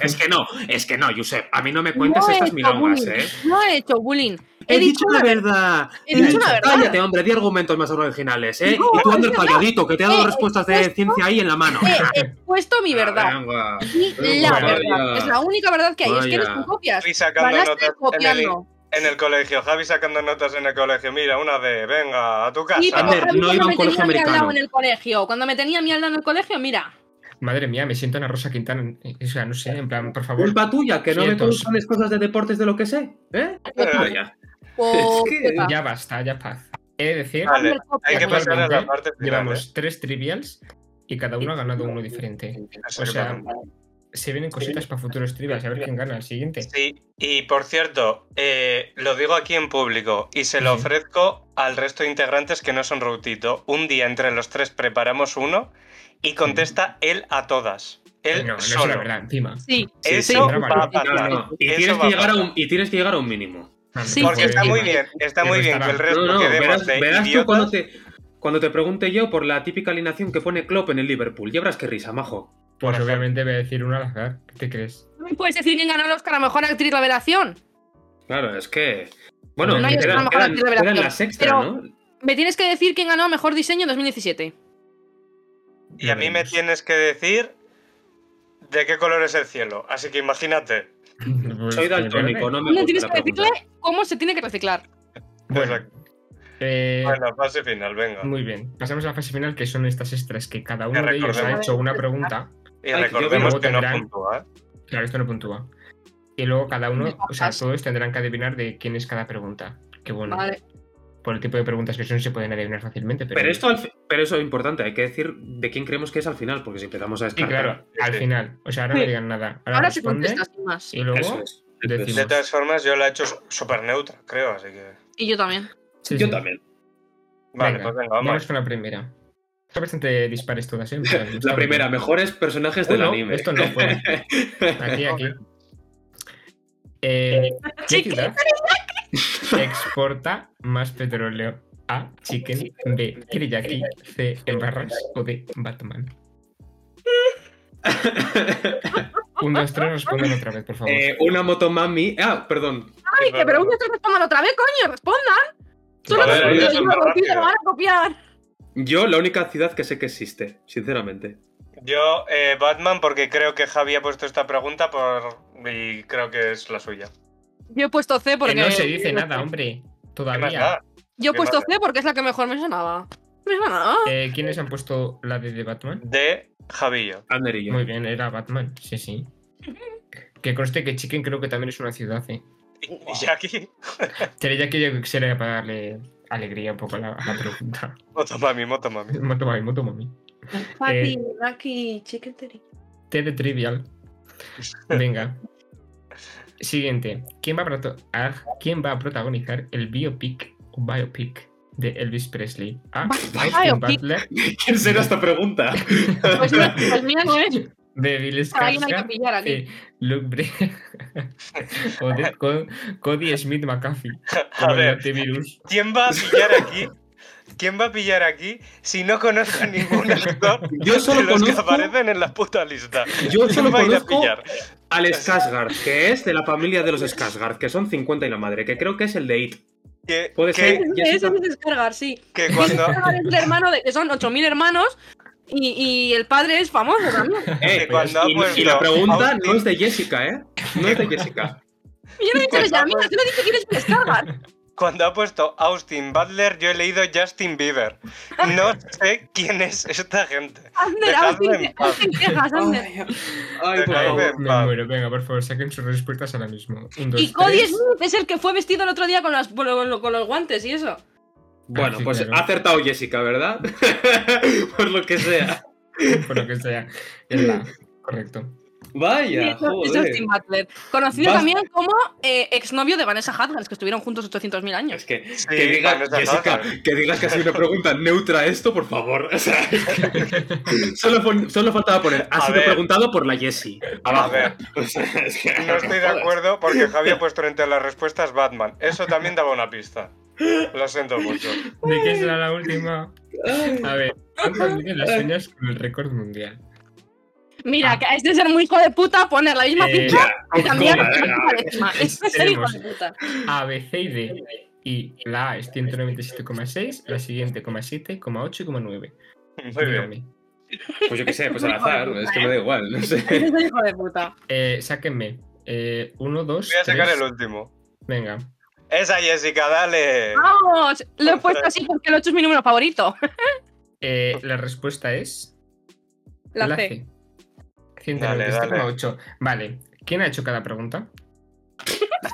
C: Es que no, es que no, Josep. A mí no me cuentes
D: No he
C: estas
D: hecho
C: milongas,
D: bullying.
C: ¿eh?
D: No he hecho bullying.
C: He, dicho la verdad.
D: he dicho la verdad.
C: Cállate, hombre, di argumentos más originales, ¿eh?
D: No,
C: y tú anda el
D: es verdad.
C: calladito, que te ha dado
D: Eh,
C: respuestas de
D: esto-
C: ciencia ahí en la mano.
D: He expuesto mi verdad.
C: Venga.
D: Y la
A: Vaya.
D: verdad. Es la única verdad que hay. Es que eres
C: Vaya.
D: con copias.
B: Javi sacando notas
D: Ganaste
B: en el,
D: copiando.
B: en el colegio. Javi sacando notas en el colegio. Mira, una de, venga, a tu casa.
D: Sí, pero
C: Ander,
D: Javi
C: no
D: cuando
C: iba a un
D: me
C: colegio
D: tenía mi al lado
C: americano.
D: en el colegio. Cuando me tenía mi al lado en el colegio, mira.
A: Madre mía, me siento Ana Rosa Quintana. eh, O sea, no sé, en plan, por favor.
C: Culpa tuya, que no me
A: Quietos.
C: contames cosas de deportes de lo que sé, ¿eh?
B: Vale,
C: Vaya.
D: Por
C: Es que-
D: culpa.
A: Ya basta, ya paz. He de decir,
B: Vale,
D: Ander copias.
B: hay que
A: Vamos
B: pasar a la
A: realmente,
B: parte final. ¿eh?
A: llevamos tres trivials y cada uno ha ganado uno diferente.
B: Eso
A: O
B: que
A: sea,
B: pasa.
A: Se vienen cositas para futuros trivials, a ver quién gana el siguiente.
B: Sí, y por cierto, eh, lo digo aquí en público y se lo
A: Sí.
B: ofrezco al resto de integrantes que no son Routito. Un día entre los tres preparamos uno y contesta él a todas. Él
A: No, no es la
B: solo.
A: verdad, encima.
D: Sí.
B: Eso
A: sí,
B: va
A: bravo,
B: a
A: no.
B: pasar.
C: No, no, Y,
B: Eso
C: tienes
B: va
C: que llegar a
B: pasar.
C: un, y tienes que llegar a un mínimo.
D: Sí,
A: Pues,
B: Porque está
D: sí.
B: muy bien, está muy
A: Pero
B: bien
A: estará-
B: que el
C: No,
B: resto
C: no,
B: quedemos
C: verás,
B: de
C: verás tú cuando
B: idiotas.
C: te, cuando te pregunte yo por la típica alineación que pone Klopp en el Liverpool. Ya verás qué risa, majo.
A: Pues obviamente voy a decir uno al azar. ¿Qué te crees?
D: ¿No me puedes decir quién ganó el Oscar a Mejor Actriz Revelación?
C: Claro, es que... Bueno,
A: No hay
C: quedan-
A: otra
C: quedan-
D: mejor revelación,
C: quedan las extra,
D: pero-
C: ¿no?
D: Me tienes que decir quién ganó a Mejor Diseño en 2017.
B: Y a mí me
A: Veremos.
B: tienes que decir de qué color es el cielo. Así que imagínate.
A: Pues,
C: Soy daltónico, no me
D: No
C: gusta
D: tienes
C: la
D: que
C: pregunta.
D: decirle cómo se tiene que reciclar.
A: Bueno,
B: Exacto.
A: eh,
B: Bueno, fase final, venga.
A: muy bien. Pasamos a la fase final, que son estas extras, que cada uno
B: Que
A: de ellos ha
B: recordemos.
A: hecho una pregunta.
B: Y
C: Ay, que yo
B: recordemos
A: luego
B: que no
A: tendrán-
B: puntúa. ¿eh?
A: Claro, esto no puntúa. Y luego cada uno, o sea,
D: Papas.
A: todos tendrán que adivinar de quién es cada pregunta. Que bueno,
D: Vale.
A: por el tipo de preguntas que son se pueden adivinar fácilmente. Pero,
C: Pero esto, al fi- pero eso es importante, hay que decir de quién creemos que es al final, porque si empezamos a
A: Sí,
C: descartar...
A: claro, al
B: Sí.
A: final. O sea, ahora no
D: Sí.
A: digan nada. Ahora,
D: Ahora se
A: responde
D: contesta sin más.
A: y luego...
C: Eso es.
A: decimos.
B: De todas formas, yo la he hecho súper neutra, creo, así que.
D: Y yo también.
A: Sí,
C: Yo
A: sí.
C: también.
B: Vale,
A: Venga,
B: pues venga,
A: Vamos
B: vamos.
A: con la primera. Son bastante dispares todas, ¿eh? En plan,
C: La
A: está
C: primera,
A: bien.
C: mejores personajes del
A: Uy, no,
C: anime.
A: Esto no fue. Aquí, aquí. Eh, ¿Qué ciudad exporta más petróleo? A. Chicken. B. Kiriyaki. C. Barras. O D. Batman. Un, dos, tres, respondan otra vez, por favor.
C: Eh, una motomami. Ah, perdón.
D: Ay, que preguntas que respondan otra vez, coño, respondan. Solo
B: A ver,
D: porque
B: ellos
D: yo
B: son
D: digo,
B: más
D: "Roquita, lo
B: rápidos".
D: van a copiar.
C: Yo, la única ciudad que sé que existe, sinceramente.
B: Yo, eh, Batman, porque creo que Javi ha puesto esta pregunta por... y creo que es la suya.
D: Yo he puesto C
A: Que
D: porque.
A: no se dice nada, hombre.
B: ¿Qué más
A: Todavía.
B: da?
D: Yo he
B: que
D: puesto
B: no
D: C porque es la que mejor me sonaba. Me sonaba.
A: Eh, ¿Quiénes han puesto la de, de Batman?
B: De Javillo.
C: Ander y yo.
A: Muy bien, era Batman, sí, sí. Que conste que Chicken creo que también es una ciudad, ¿eh?
B: Y, y aquí,
A: Sería que yo quisiera para darle alegría un poco a la, a la pregunta.
B: Motomami, Motomami.
A: Moto mami, moto mami.
D: Pati, Maki, Chiquetería.
A: T de trivial. Venga. Siguiente. ¿Quién va, a proto- a- ¿Quién va a protagonizar el biopic o biopic de Elvis Presley? A. Austin
D: Biopic.
A: Butler.
C: ¿Quién será esta pregunta?
D: Pues, no, pues mira, no es.
A: De Bill
D: Alguien hay que
A: Skarsgård.
D: pillar aquí.
A: de Luke Bray. o de Co- Cody Smith McAfee.
B: A ver,
A: virus.
B: ¿quién va a pillar aquí? ¿Quién va a pillar aquí si no conozco a ningún actor
C: Yo solo
B: de los que
C: conozco-
B: aparecen en la puta lista?
C: Yo solo
B: ¿Quién va a ir a
C: conozco
B: pillar?
C: al Skarsgård, que es de la familia de los Skarsgård, que son 50 y la madre, que creo que es el de It.
B: Que,
C: Puede
B: que-
C: ser.
D: Ese es descargar, sí.
B: que cuando...
D: Skarsgård es el hermano de que son 8.000 hermanos y, y el padre es famoso también.
C: Eh,
B: que cuando ha
C: y,
B: puesto
C: y la pregunta
B: Austin-
C: no es de Jessica, ¿eh? No es de Yamina,
D: Yo no he dicho que sea mía, tú le dices que eres descargar.
B: Cuando ha puesto Austin Butler, yo he leído Justin Bieber. No sé quién es esta gente.
D: Ander,
B: Dejadme en
D: Ander,
B: paz.
D: Ander, Texas, Ander.
C: Ay, ay, por
B: Ay,
C: favor.
B: me-
A: Me muero, venga, por favor, saquen sus respuestas ahora mismo. Un, dos,
D: Y Cody
A: tres.
D: Smith es el que fue vestido el otro día con, las- con los- con los guantes y eso.
C: Bueno,
A: Ah, sí,
C: pues
A: claro.
C: ha acertado Jessica, ¿verdad? por lo que sea.
A: por lo que sea. Es la- correcto.
C: Vaya,
D: Sí, es
C: joder.
D: Justin Butler. Conocido
C: Basta.
D: también como eh, exnovio de Vanessa Hudgens, que estuvieron juntos 800.000 años.
C: Es que,
B: Sí,
C: que, diga-
B: Vanessa
C: Jessica,
B: Hudgens.
C: que digas que ha sido una pregunta neutra esto, por favor. O sea, solo, pon- solo faltaba poner. Ha
B: A
C: sido
B: ver.
C: preguntado por la Jessie. Abajo.
B: ver.
C: O sea, es que-
B: No estoy de
C: jodas.
B: acuerdo porque Javi ha puesto entre las respuestas Batman. Eso también daba una pista. Lo siento mucho.
A: ¿De quién será la última?
C: Ay,
A: A ver, ¿cuántos días las uñas con el récord mundial?
D: Mira, que es de ser muy hijo de puta poner la misma
A: Eh,
D: pista
C: ya,
D: y cambiar
C: joder,
D: la
C: a
D: puta
C: ver.
D: décima. Esto es ser hijo de
A: Tenemos.
D: puta.
A: A, B, C y D. Y la A es 197,6, la siguiente, 7, 8 y 9.
B: Muy bien.
C: Pues yo qué sé, pues al azar. Es que me da igual. No sé.
D: Esto Este es ser hijo de puta.
A: Eh, sáquenme. Eh, uno, dos,
B: Voy a sacar
A: tres.
B: el último.
A: Venga.
B: Esa Jessica, dale.
D: Vamos, lo he puesto así porque el 8 es mi número favorito.
A: Eh, la respuesta es
D: La C.
A: 197,8. Vale. ¿Quién ha hecho cada pregunta?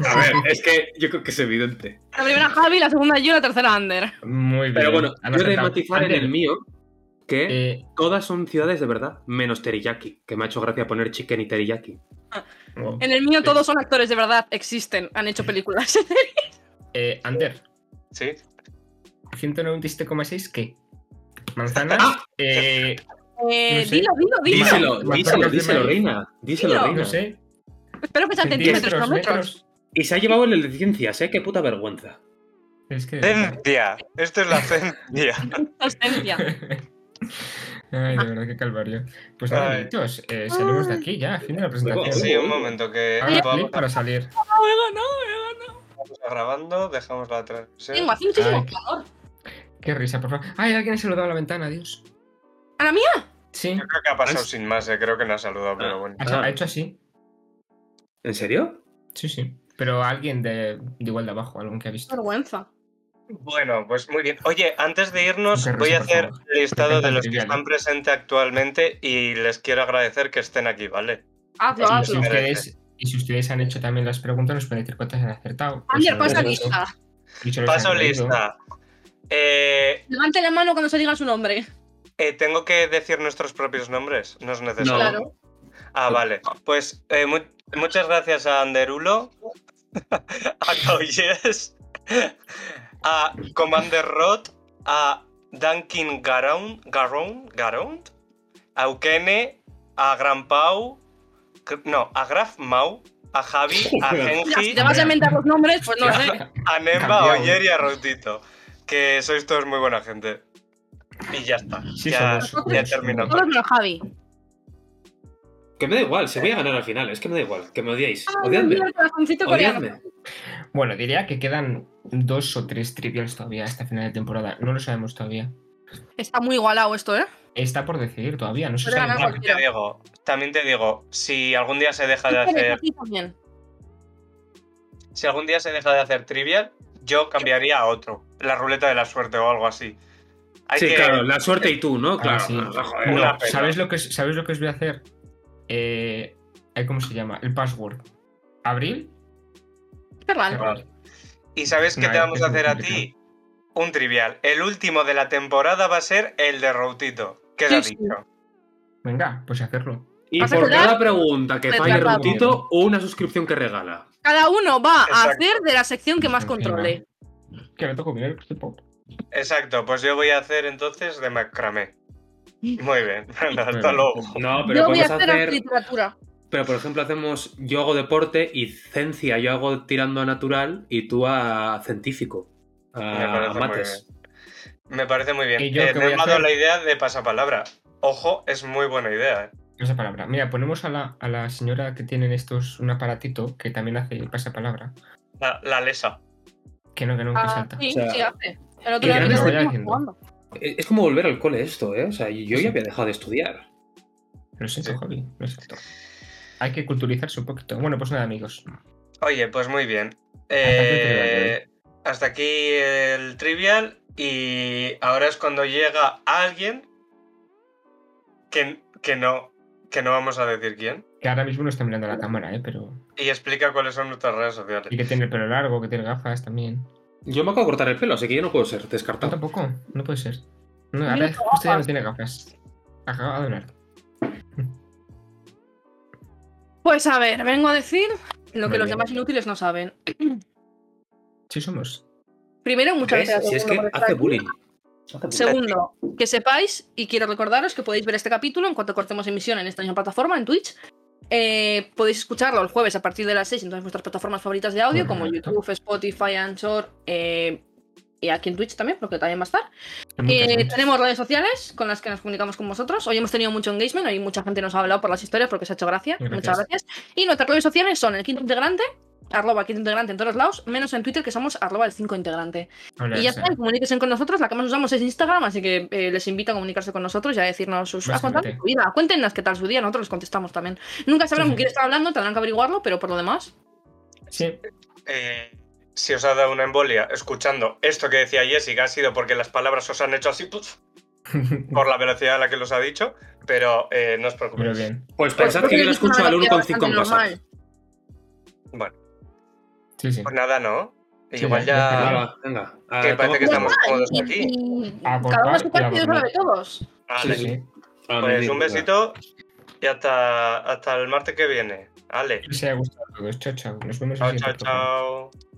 C: A ver, es que yo creo que es evidente.
D: La primera Javi, la segunda yo, la tercera Ander.
A: Muy bien.
C: Pero bueno,
A: Han
C: yo he de
A: acertado.
C: matizar en
A: Ander,
C: el mío que
A: eh,
C: todas son ciudades de verdad, menos Teriyaki, que me ha hecho gracia poner chicken y Teriyaki.
A: wow.
D: En el mío todos son actores de verdad, existen, han hecho películas.
A: Eh, Ander,
B: Sí.
A: 197,6 ¿qué? Manzanas.
C: Ah.
A: eh,
D: Eh,
A: No sé.
D: Dilo, dilo, dilo.
C: Díselo,
A: Ma-
C: díselo,
A: mazorcas de
C: díselo,
A: maíz.
C: reina. Díselo,
D: Dilo.
C: reina.
A: no sé.
D: Espero que sean centímetros, no metros.
A: metros.
C: Y se ha llevado el de ciencias, ¿eh? Qué puta vergüenza.
A: Es que.
B: Cencia. Esto es la cencia.
D: Ausencia.
A: Ay,
D: Ah.
A: de verdad, qué calvario. Pues nada,
B: Ay.
A: amiguitos, eh, salimos de aquí ya, fin de la presentación.
B: Sí, un momento que
A: Hagan
B: vamos
A: clic para salir.
D: No, he ganado, he ganado.
B: grabando, dejamos la transmisión.
D: Tengo, hace muchísimo
A: Ay.
D: calor.
A: Qué risa, por favor. Ay, alguien se lo da a la ventana, adiós.
D: ¿A la mía?
A: Sí,
B: Yo creo que ha pasado
C: ¿Has-
A: Pues-
B: sin más, eh, creo que no ha saludado, pero bueno.
A: ha,
C: Ah.
A: ha hecho así.
C: ¿En serio?
A: Sí, sí. Pero alguien de, de igual de abajo, algún que ha
D: Qué
A: visto.
D: vergüenza.
B: Bueno, pues muy bien. Oye, antes de irnos,
A: Muchas
B: voy a
A: gracias, por
B: hacer
A: favor.
B: listado de
A: Perfecto,
B: los que
A: genial.
B: están presentes actualmente y les quiero agradecer que estén aquí, ¿vale?
D: Hazlo,
B: Sí,
A: Y
B: sí,
A: si,
D: hazlo.
B: sí.
A: ustedes, y si ustedes han hecho también las preguntas, nos pueden decir cuántas han acertado.
D: Ander,
A: Pues,
D: pasa
A: eh,
D: lista.
A: y se los
B: Paso
A: han leído.
B: lista. Eh,
D: Levante la mano cuando se diga su nombre.
B: eh, ¿Tengo que decir nuestros propios nombres? No es necesario.
C: No.
D: Claro.
B: Ah, vale. Pues eh, mu- muchas gracias a Anderulo, a Coyes, a Commander Rod, a Duncan Garound, Garound, Garound, a Ukene, a Gran Pau, cr- no, a Graf Mau, a Javi, a
D: Mira, si
B: Genji,
D: te vas a inventar los nombres, pues no sé.
B: a Nemba, a
A: Cambiado.
B: Oyer y a Rotito. Que sois todos muy buena gente. Y ya está.
A: Sí,
B: ya,
A: somos.
B: ya termino.
D: Todos menos Javi.
C: Que me da igual, se voy a ganar al final, es que me da igual, que me odiéis.
D: Ah,
C: Odiadme.
D: mira, el corazoncito coreano.
C: Odiadme.
A: Bueno, diría que quedan dos o tres trivials todavía hasta final de temporada. No lo sabemos todavía.
D: Está muy igualado esto, ¿eh?
A: Está por decidir todavía, no se
D: Puede
A: sabe
D: ganar
A: nada.
B: También te digo, también te digo, si algún día se deja de
D: Tú eres
B: hacer
D: así también.
B: Si algún día se deja de hacer trivial, yo cambiaría a otro. La ruleta de la suerte o algo así. Hay
C: Sí,
B: que-
C: claro, la suerte y tú, ¿no?
A: Ah,
C: Claro.
A: sí.
C: no, joder,
A: Bueno,
B: una
C: no.
B: pena.
A: ¿sabéis, lo que os, ¿Sabéis lo que os voy a hacer? Eh, ay, ¿Cómo se llama? El password. ¿Abril?
D: Ferran.
B: ¿Y sabes qué
A: No,
B: te
A: es-
B: vamos
A: es
B: a
A: muy
B: hacer a
A: complicado.
B: ti? Un trivial. El último de la temporada va a ser el de Routito. Queda
D: Sí, sí.
B: dicho.
A: Venga, pues hacerlo.
C: Y
D: Vas a
C: por
D: quedar
C: cada pregunta que falle
D: retratado.
C: Rutito, una suscripción que regala.
D: Cada uno va a
B: Exacto.
D: hacer de la sección que más
A: Encima.
D: controle.
A: Que me toco mirar. qué pop.
B: Exacto, pues yo voy a hacer entonces de macramé. Muy bien, Venga, hasta
A: Bueno.
B: luego.
C: No, pero
D: Yo voy a
C: podemos
D: hacer
C: hacer.
D: literatura.
C: Pero por ejemplo, hacemos yo hago deporte y Cencia, yo hago tirando a natural y tú a científico.
B: Me
C: A,
B: parece muy
C: mates.
B: Me parece muy bien.
A: pues, ¿Y yo
B: Eh,
A: qué
B: me
A: voy
B: han
A: a
B: dado
A: hacer?
B: la idea de pasapalabra. Ojo, es muy buena idea. ¿eh?
A: Esa palabra. Mira, ponemos a la, a la señora que tienen estos un aparatito que también hace el pasapalabra.
B: La, la lesa.
A: Que no, que no, que
D: Ah,
A: salta.
D: sí,
C: O sea,
D: sí, hace. El
C: que
D: otro día
C: ya
D: me
C: lo vaya
D: estuvimos
A: diciendo.
D: jugando.
C: E, Es es como volver al cole esto, ¿eh? O sea, yo ya había dejado de estudiar.
A: Lo siento,
B: Sí.
A: Javi, lo siento. Hay que culturizarse un poquito. Bueno, pues nada, amigos.
B: Oye, pues muy bien.
A: Bastante
B: Eh, Hasta Eh, aquí el trivial. Y ahora es cuando llega alguien que, que no, que no vamos a decir quién.
A: Que ahora mismo no está mirando a la cámara, ¿eh? Pero...
B: Y explica cuáles son nuestras redes sociales.
A: Y que tiene el pelo largo, que tiene gafas también.
C: Yo me acabo de cortar el pelo, así que yo no puedo ser
A: No,
C: descartado.
A: tampoco. No puede ser. No,
D: Mira
A: ahora
D: qué
A: justo ya no tiene gafas. Acaba de hablar.
D: Pues a ver, vengo a decir lo
A: Muy
D: que los
A: bien.
D: demás inútiles no saben.
A: Sí somos.
D: Primero, muchas
C: ¿Ves?
D: gracias. a todo
C: Si es
D: el
C: que
D: mundo por estar
C: hace
D: aquí.
C: bullying. Hace bullying.
D: Segundo, que sepáis y quiero recordaros que podéis ver este capítulo en cuanto cortemos emisión en esta misma plataforma, en Twitch. Eh, podéis escucharlo el jueves a partir de las 6 en todas vuestras plataformas favoritas de audio, como
A: Correcto.
D: YouTube, Spotify, Anchor eh, y aquí en Twitch también, porque también va a estar.
A: Muchas,
D: Eh,
A: muchas.
D: tenemos redes sociales con las que nos comunicamos con vosotros. Hoy hemos tenido mucho engagement, hoy mucha gente nos ha hablado por las historias porque se ha hecho gracia.
A: Gracias.
D: Muchas gracias. Y nuestras redes sociales son el quinto integrante, arroba quinto integrante en todos lados, menos en Twitter que somos arroba el cinco integrante.
A: Habla
D: Y ya
A: esa.
D: está, comuníquense con nosotros. La que más usamos es Instagram, así que eh, les invito a comunicarse con nosotros y a decirnos sus. A
A: Básicamente.
D: contarnos su vida. Cuéntenos qué tal su día, nosotros les contestamos también. Nunca sabrán
A: Sí,
D: con
A: sí.
D: quién están hablando, tendrán que averiguarlo, pero por lo demás.
A: Sí,
B: Eh, si os ha dado una embolia escuchando esto que decía Jessica, ha sido porque las palabras os han hecho así puf, por la velocidad a la que los ha dicho, pero eh, no os
A: pero
B: preocupéis.
A: bien.
C: Pues pensad que yo lo escucho al 1,5 en WhatsApp.
B: Bueno,
A: Sí, sí.
B: pues nada, ¿no.
A: Sí,
B: Igual
A: ya- ya
C: Venga,
B: ya.
A: cerramos.
C: va, venga. Ah,
B: Que
C: toma-
B: parece que estamos cómodos
D: Y,
B: aquí.
D: y
A: A
D: cada uno a
A: cortar
D: su
A: y a
D: parte y otro
A: volver.
D: de todos.
B: Vale.
A: Sí, sí.
C: Ah,
B: Pues
C: no,
B: un
C: no,
B: besito y hasta, hasta el martes que viene. Ale.
A: Les haya gustado a todos. Chao, chao. Nos vemos
B: Chao,
A: en el
B: chao,
A: siguiente programa.
B: chao.